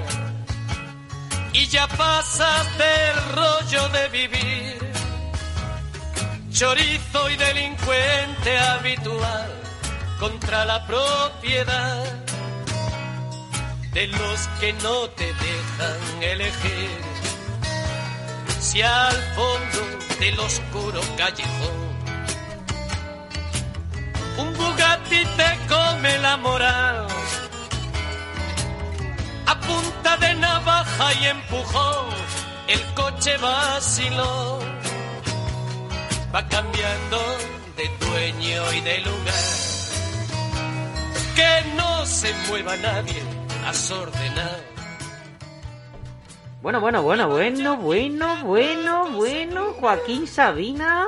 y ya pasas del rollo de vivir chorizo y delincuente habitual contra la propiedad de los que no te dejan elegir. Si al fondo del oscuro callejón un Bugatti te come la moral a punta de navaja y empujón el coche vaciló va cambiando de dueño y de lugar. Que no se mueva nadie a sordenar. Bueno, bueno, bueno, bueno, bueno, bueno, bueno. Joaquín Sabina.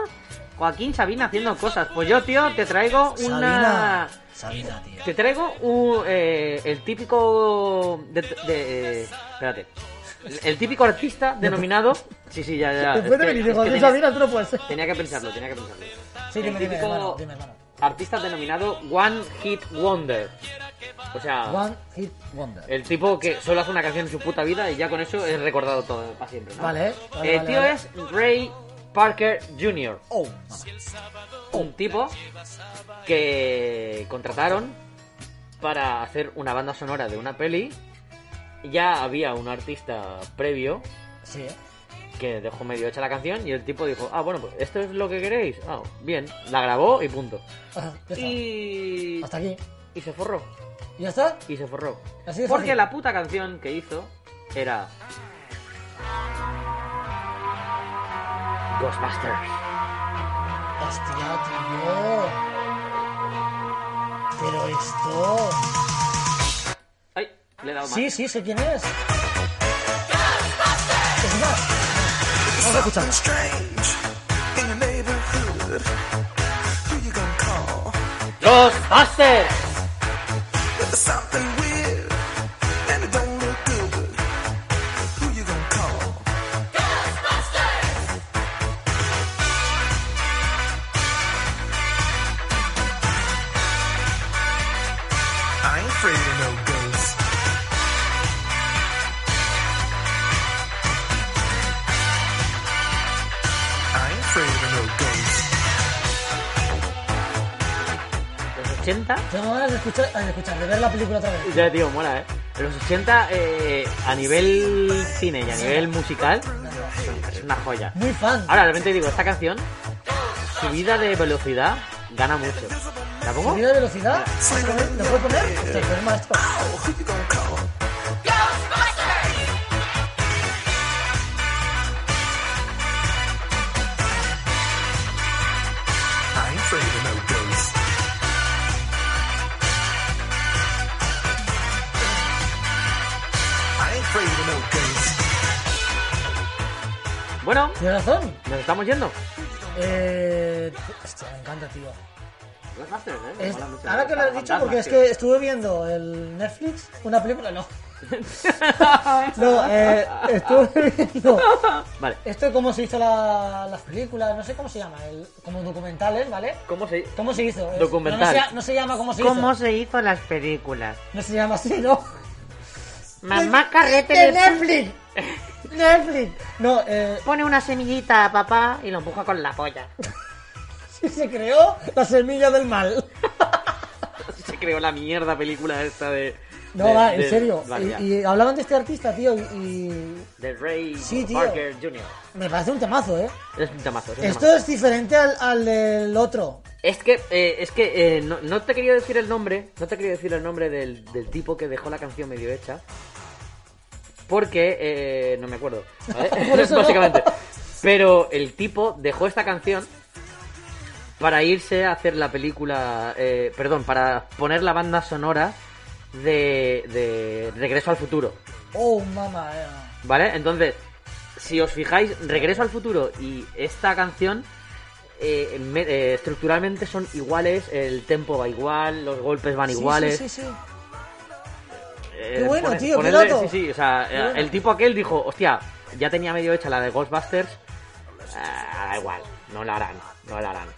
Joaquín Sabina haciendo cosas. Pues yo, tío, te traigo una. Sabina, tío. Te traigo un, eh, el típico. De, de- eh, espérate. El típico artista denominado. Sí, sí, ya, ya. Después de Es que- venir es de que Joaquín tenía- Sabina, tú no puedes ser. Tenía que pensarlo, tenía que pensarlo. Sí, El dime, dime, típico hermano, dime, hermano. artista denominado One Hit Wonder. O sea, One Hit Wonder. Ah. el tipo que solo hace una canción en su puta vida y ya con eso es recordado todo para siempre. ¿no? Vale, vale, el vale, tío vale. es Ray Parker Jr. Oh, Un tipo que contrataron para hacer una banda sonora de una peli. Ya había un artista previo sí. ¿eh? que dejó medio hecha la canción y el tipo dijo, ah, bueno, pues esto es lo que queréis. Ah, bien, la grabó y punto. Ah, ya está. Y... Hasta aquí. Y se forró. ¿Ya está? Y se forró. Así de Porque fácil. la puta canción que hizo era... Ghostbusters. Hostia, tío. Pero esto. Ay, le he dado mal. Sí, sí, sé quién es. Es más. Vamos a escucharlo. ¡Ghostbusters! I ain't afraid of no ghosts. I ain't afraid of no ghosts. Los 80. Tengo ganas de escuchar, de escuchar, de ver la película otra vez. Ya, tío, mola, ¿eh? Los 80, eh, a nivel cine y a nivel musical, es una joya. Muy fan. Ahora, de repente digo, esta canción, subida de velocidad, gana mucho. ¿La pongo? ¿Subida de velocidad? ¿Lo puedo poner? Te pones maestro. I ain't afraid of no ghosts. I ain't afraid of no ghosts. Bueno, Tienes razón. nos estamos yendo. Eh. Hostia, me encanta, tío. Ghostbusters, ¿eh? Es- Mola mucho. ahora que lo has dicho, Fantasmas, porque es tío. que estuve viendo el Netflix, una película, no. No, eh, estuve viendo. Vale. Esto cómo se hizo la, las películas, no sé cómo se llama, el- como documentales, ¿vale? ¿Cómo se...? ¿Cómo se hizo? Es- Documental. No, no se, no se llama cómo se hizo. se hizo las películas? No se llama así, ¿no? Mamá carrete De de Netflix. Netflix. No, eh, Pone una semillita a papá y lo empuja con la polla. sí se creó la semilla del mal. Se creó la mierda película esta de... No, de- va, en de- serio. Vale, ya. y, y hablaban de este artista, tío, y, y De Ray Sí, tío. Parker Jr. me parece un temazo, ¿eh? Es un temazo. es un Esto temazo. es diferente al, al del otro. Es que, eh, es que eh, no, no te quería decir el nombre, no te quería decir el nombre del, del tipo que dejó la canción medio hecha. Porque eh, no me acuerdo, ¿vale? Por eso no. Básicamente. Pero el tipo dejó esta canción para irse a hacer la película, eh, perdón, para poner la banda sonora de, de Regreso al Futuro, Oh, mamá. eh. ¿vale? Entonces, si os fijáis, Regreso al Futuro y esta canción eh, me- eh, estructuralmente son iguales, el tempo va igual, los golpes van Sí, sí, iguales. Sí, sí, Eh, Qué bueno, tío, qué dato. sí, sí, o sea, Qué eh, bueno. el tipo aquel dijo, hostia, ya tenía medio hecha la de Ghostbusters, ah, da igual, no la harán, no la harán.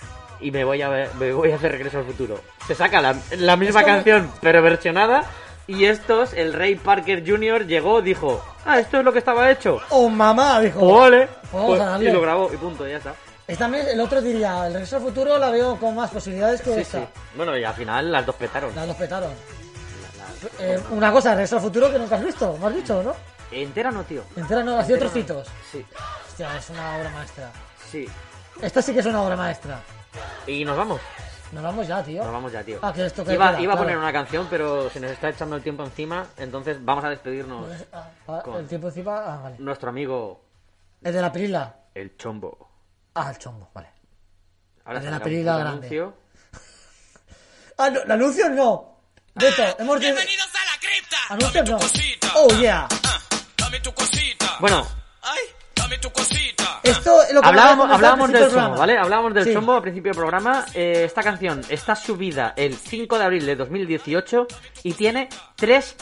Y me voy a ver- me voy a hacer regreso al futuro. Se saca la, la misma Es como- canción, pero versionada. Y estos, el Ray Parker Jr. llegó, dijo, ah, esto es lo que estaba hecho. Oh, mamá, dijo. Ole, Vamos Pues, a darle. y lo grabó y punto, ya está. Es también, el otro diría, el regreso al futuro la veo con más posibilidades que Sí, esta. sí. Bueno, y al final las dos petaron. Las dos petaron. Eh, una cosa, regreso al futuro que nunca has visto, me has dicho, ¿no? Entera no, tío. Entera no, hacía Entera no. trocitos. Sí, Hostia, es una obra maestra. sí. Esta sí que es una obra maestra. Y nos vamos. Nos vamos ya, tío. Nos vamos ya, tío. Ah, que esto que iba queda, iba a claro. poner una canción, pero se nos está echando el tiempo encima, entonces vamos a despedirnos. Ah, con- Mm. El tiempo encima, ah, vale. Nuestro amigo, El de la perila. el Chombo. Ah, el chombo, vale. Ahora El de la saldrá un perilla puto grande. anuncio. Ah, no, la anuncio no. Beto, Ah. hemos ¡Bienvenidos a la cripta! no. Oh, yeah. Bueno, Esto es lo que hablábamos, comentábamos al principio hablábamos del Chombo, programa. ¿vale? Hablábamos del Sí. Chombo al principio del programa. Eh, esta canción está subida el 5 de abril de 2018 y tiene 3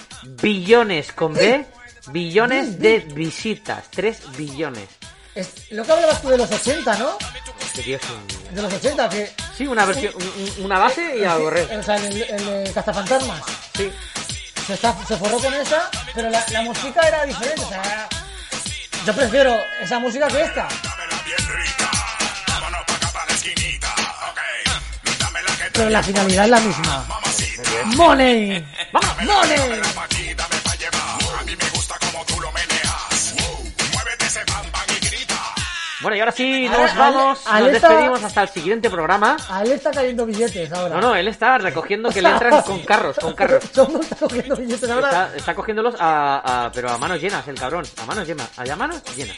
billones con B, billones de visitas. 3 billones. Es lo que hablabas tú de los 80, ¿no? Este tío es un- De los 80, que... Sí, una versión, un- un- una base y algo re. O sea, el, el de Cazafantasmas. Sí. Se, está, se forró con esa, pero la, la música era diferente. O sea, era- yo prefiero esa música que esta. Pero la finalidad es la misma. ¡Money! ¡Vamos, money! Bueno, y ahora sí, Ale- nos vamos, Ale- nos Aleta- despedimos hasta el siguiente programa. A él está cayendo billetes ahora. No, no, él está recogiendo que le entran con carros, con carros. Todo el mundo está cogiendo billetes ahora. Está, está cogiéndolos a, a- pero a manos llenas, el cabrón. A manos llenas. A manos llenas.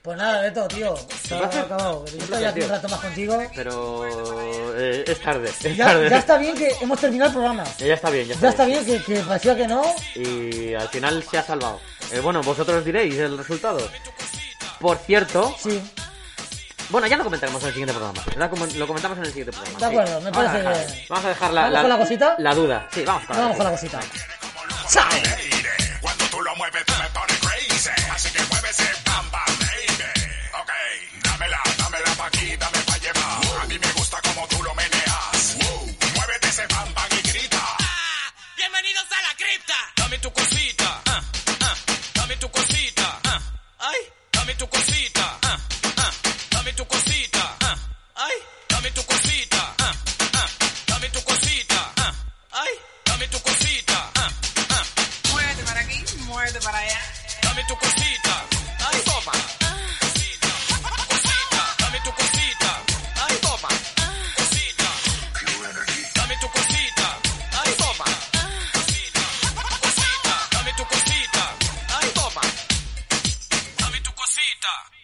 Pues nada, Beto, tío. Se ha placer. acabado. Yo Un estoy placer, aquí un tío. rato más contigo. Pero eh, es tarde. Es Ya, tarde. ya está bien que hemos terminado el programa. Eh, ya está bien, ya está, Ya está bien que, que parecía que no. Y al final se ha salvado. Eh, bueno, vosotros diréis el resultado. Por cierto. Sí. Bueno, ya lo comentaremos en el siguiente programa. Lo com- Lo comentamos en el siguiente programa. De sí. acuerdo, me Vamos a parece dejar- bien. Vamos a dejar la, ¿Vamos con la cosita? la duda. Sí, vamos con la Vamos con cosita. la cosita. Cuando tú lo mueves, tú me pones crazy. Así que mueve ese bamba, baby. Ok, dámela, dámela pa' aquí, dame pa' llevar. A mí me gusta como tú lo meneas. Muévete ese bamba y grita. Bienvenidos a la cripta. Dame tu cosita. ah, ah, Dame tu cosita. ah, Ay, dame tu cosita. ah, ah, Dame tu cosita. ah, Ay, dame tu cosita. ah, ah, Dame tu cosita. ah, Ay, dame tu cosita. ah, ah, Muévete para aquí, muévete para allá. Dame tu cosita. Ay, toma. Cosita, dame tu cosita. Ay, toma. Cosita. Dame tu cosita. Ay, toma. Cosita, dame tu cosita. Ay, toma. Dame tu cosita.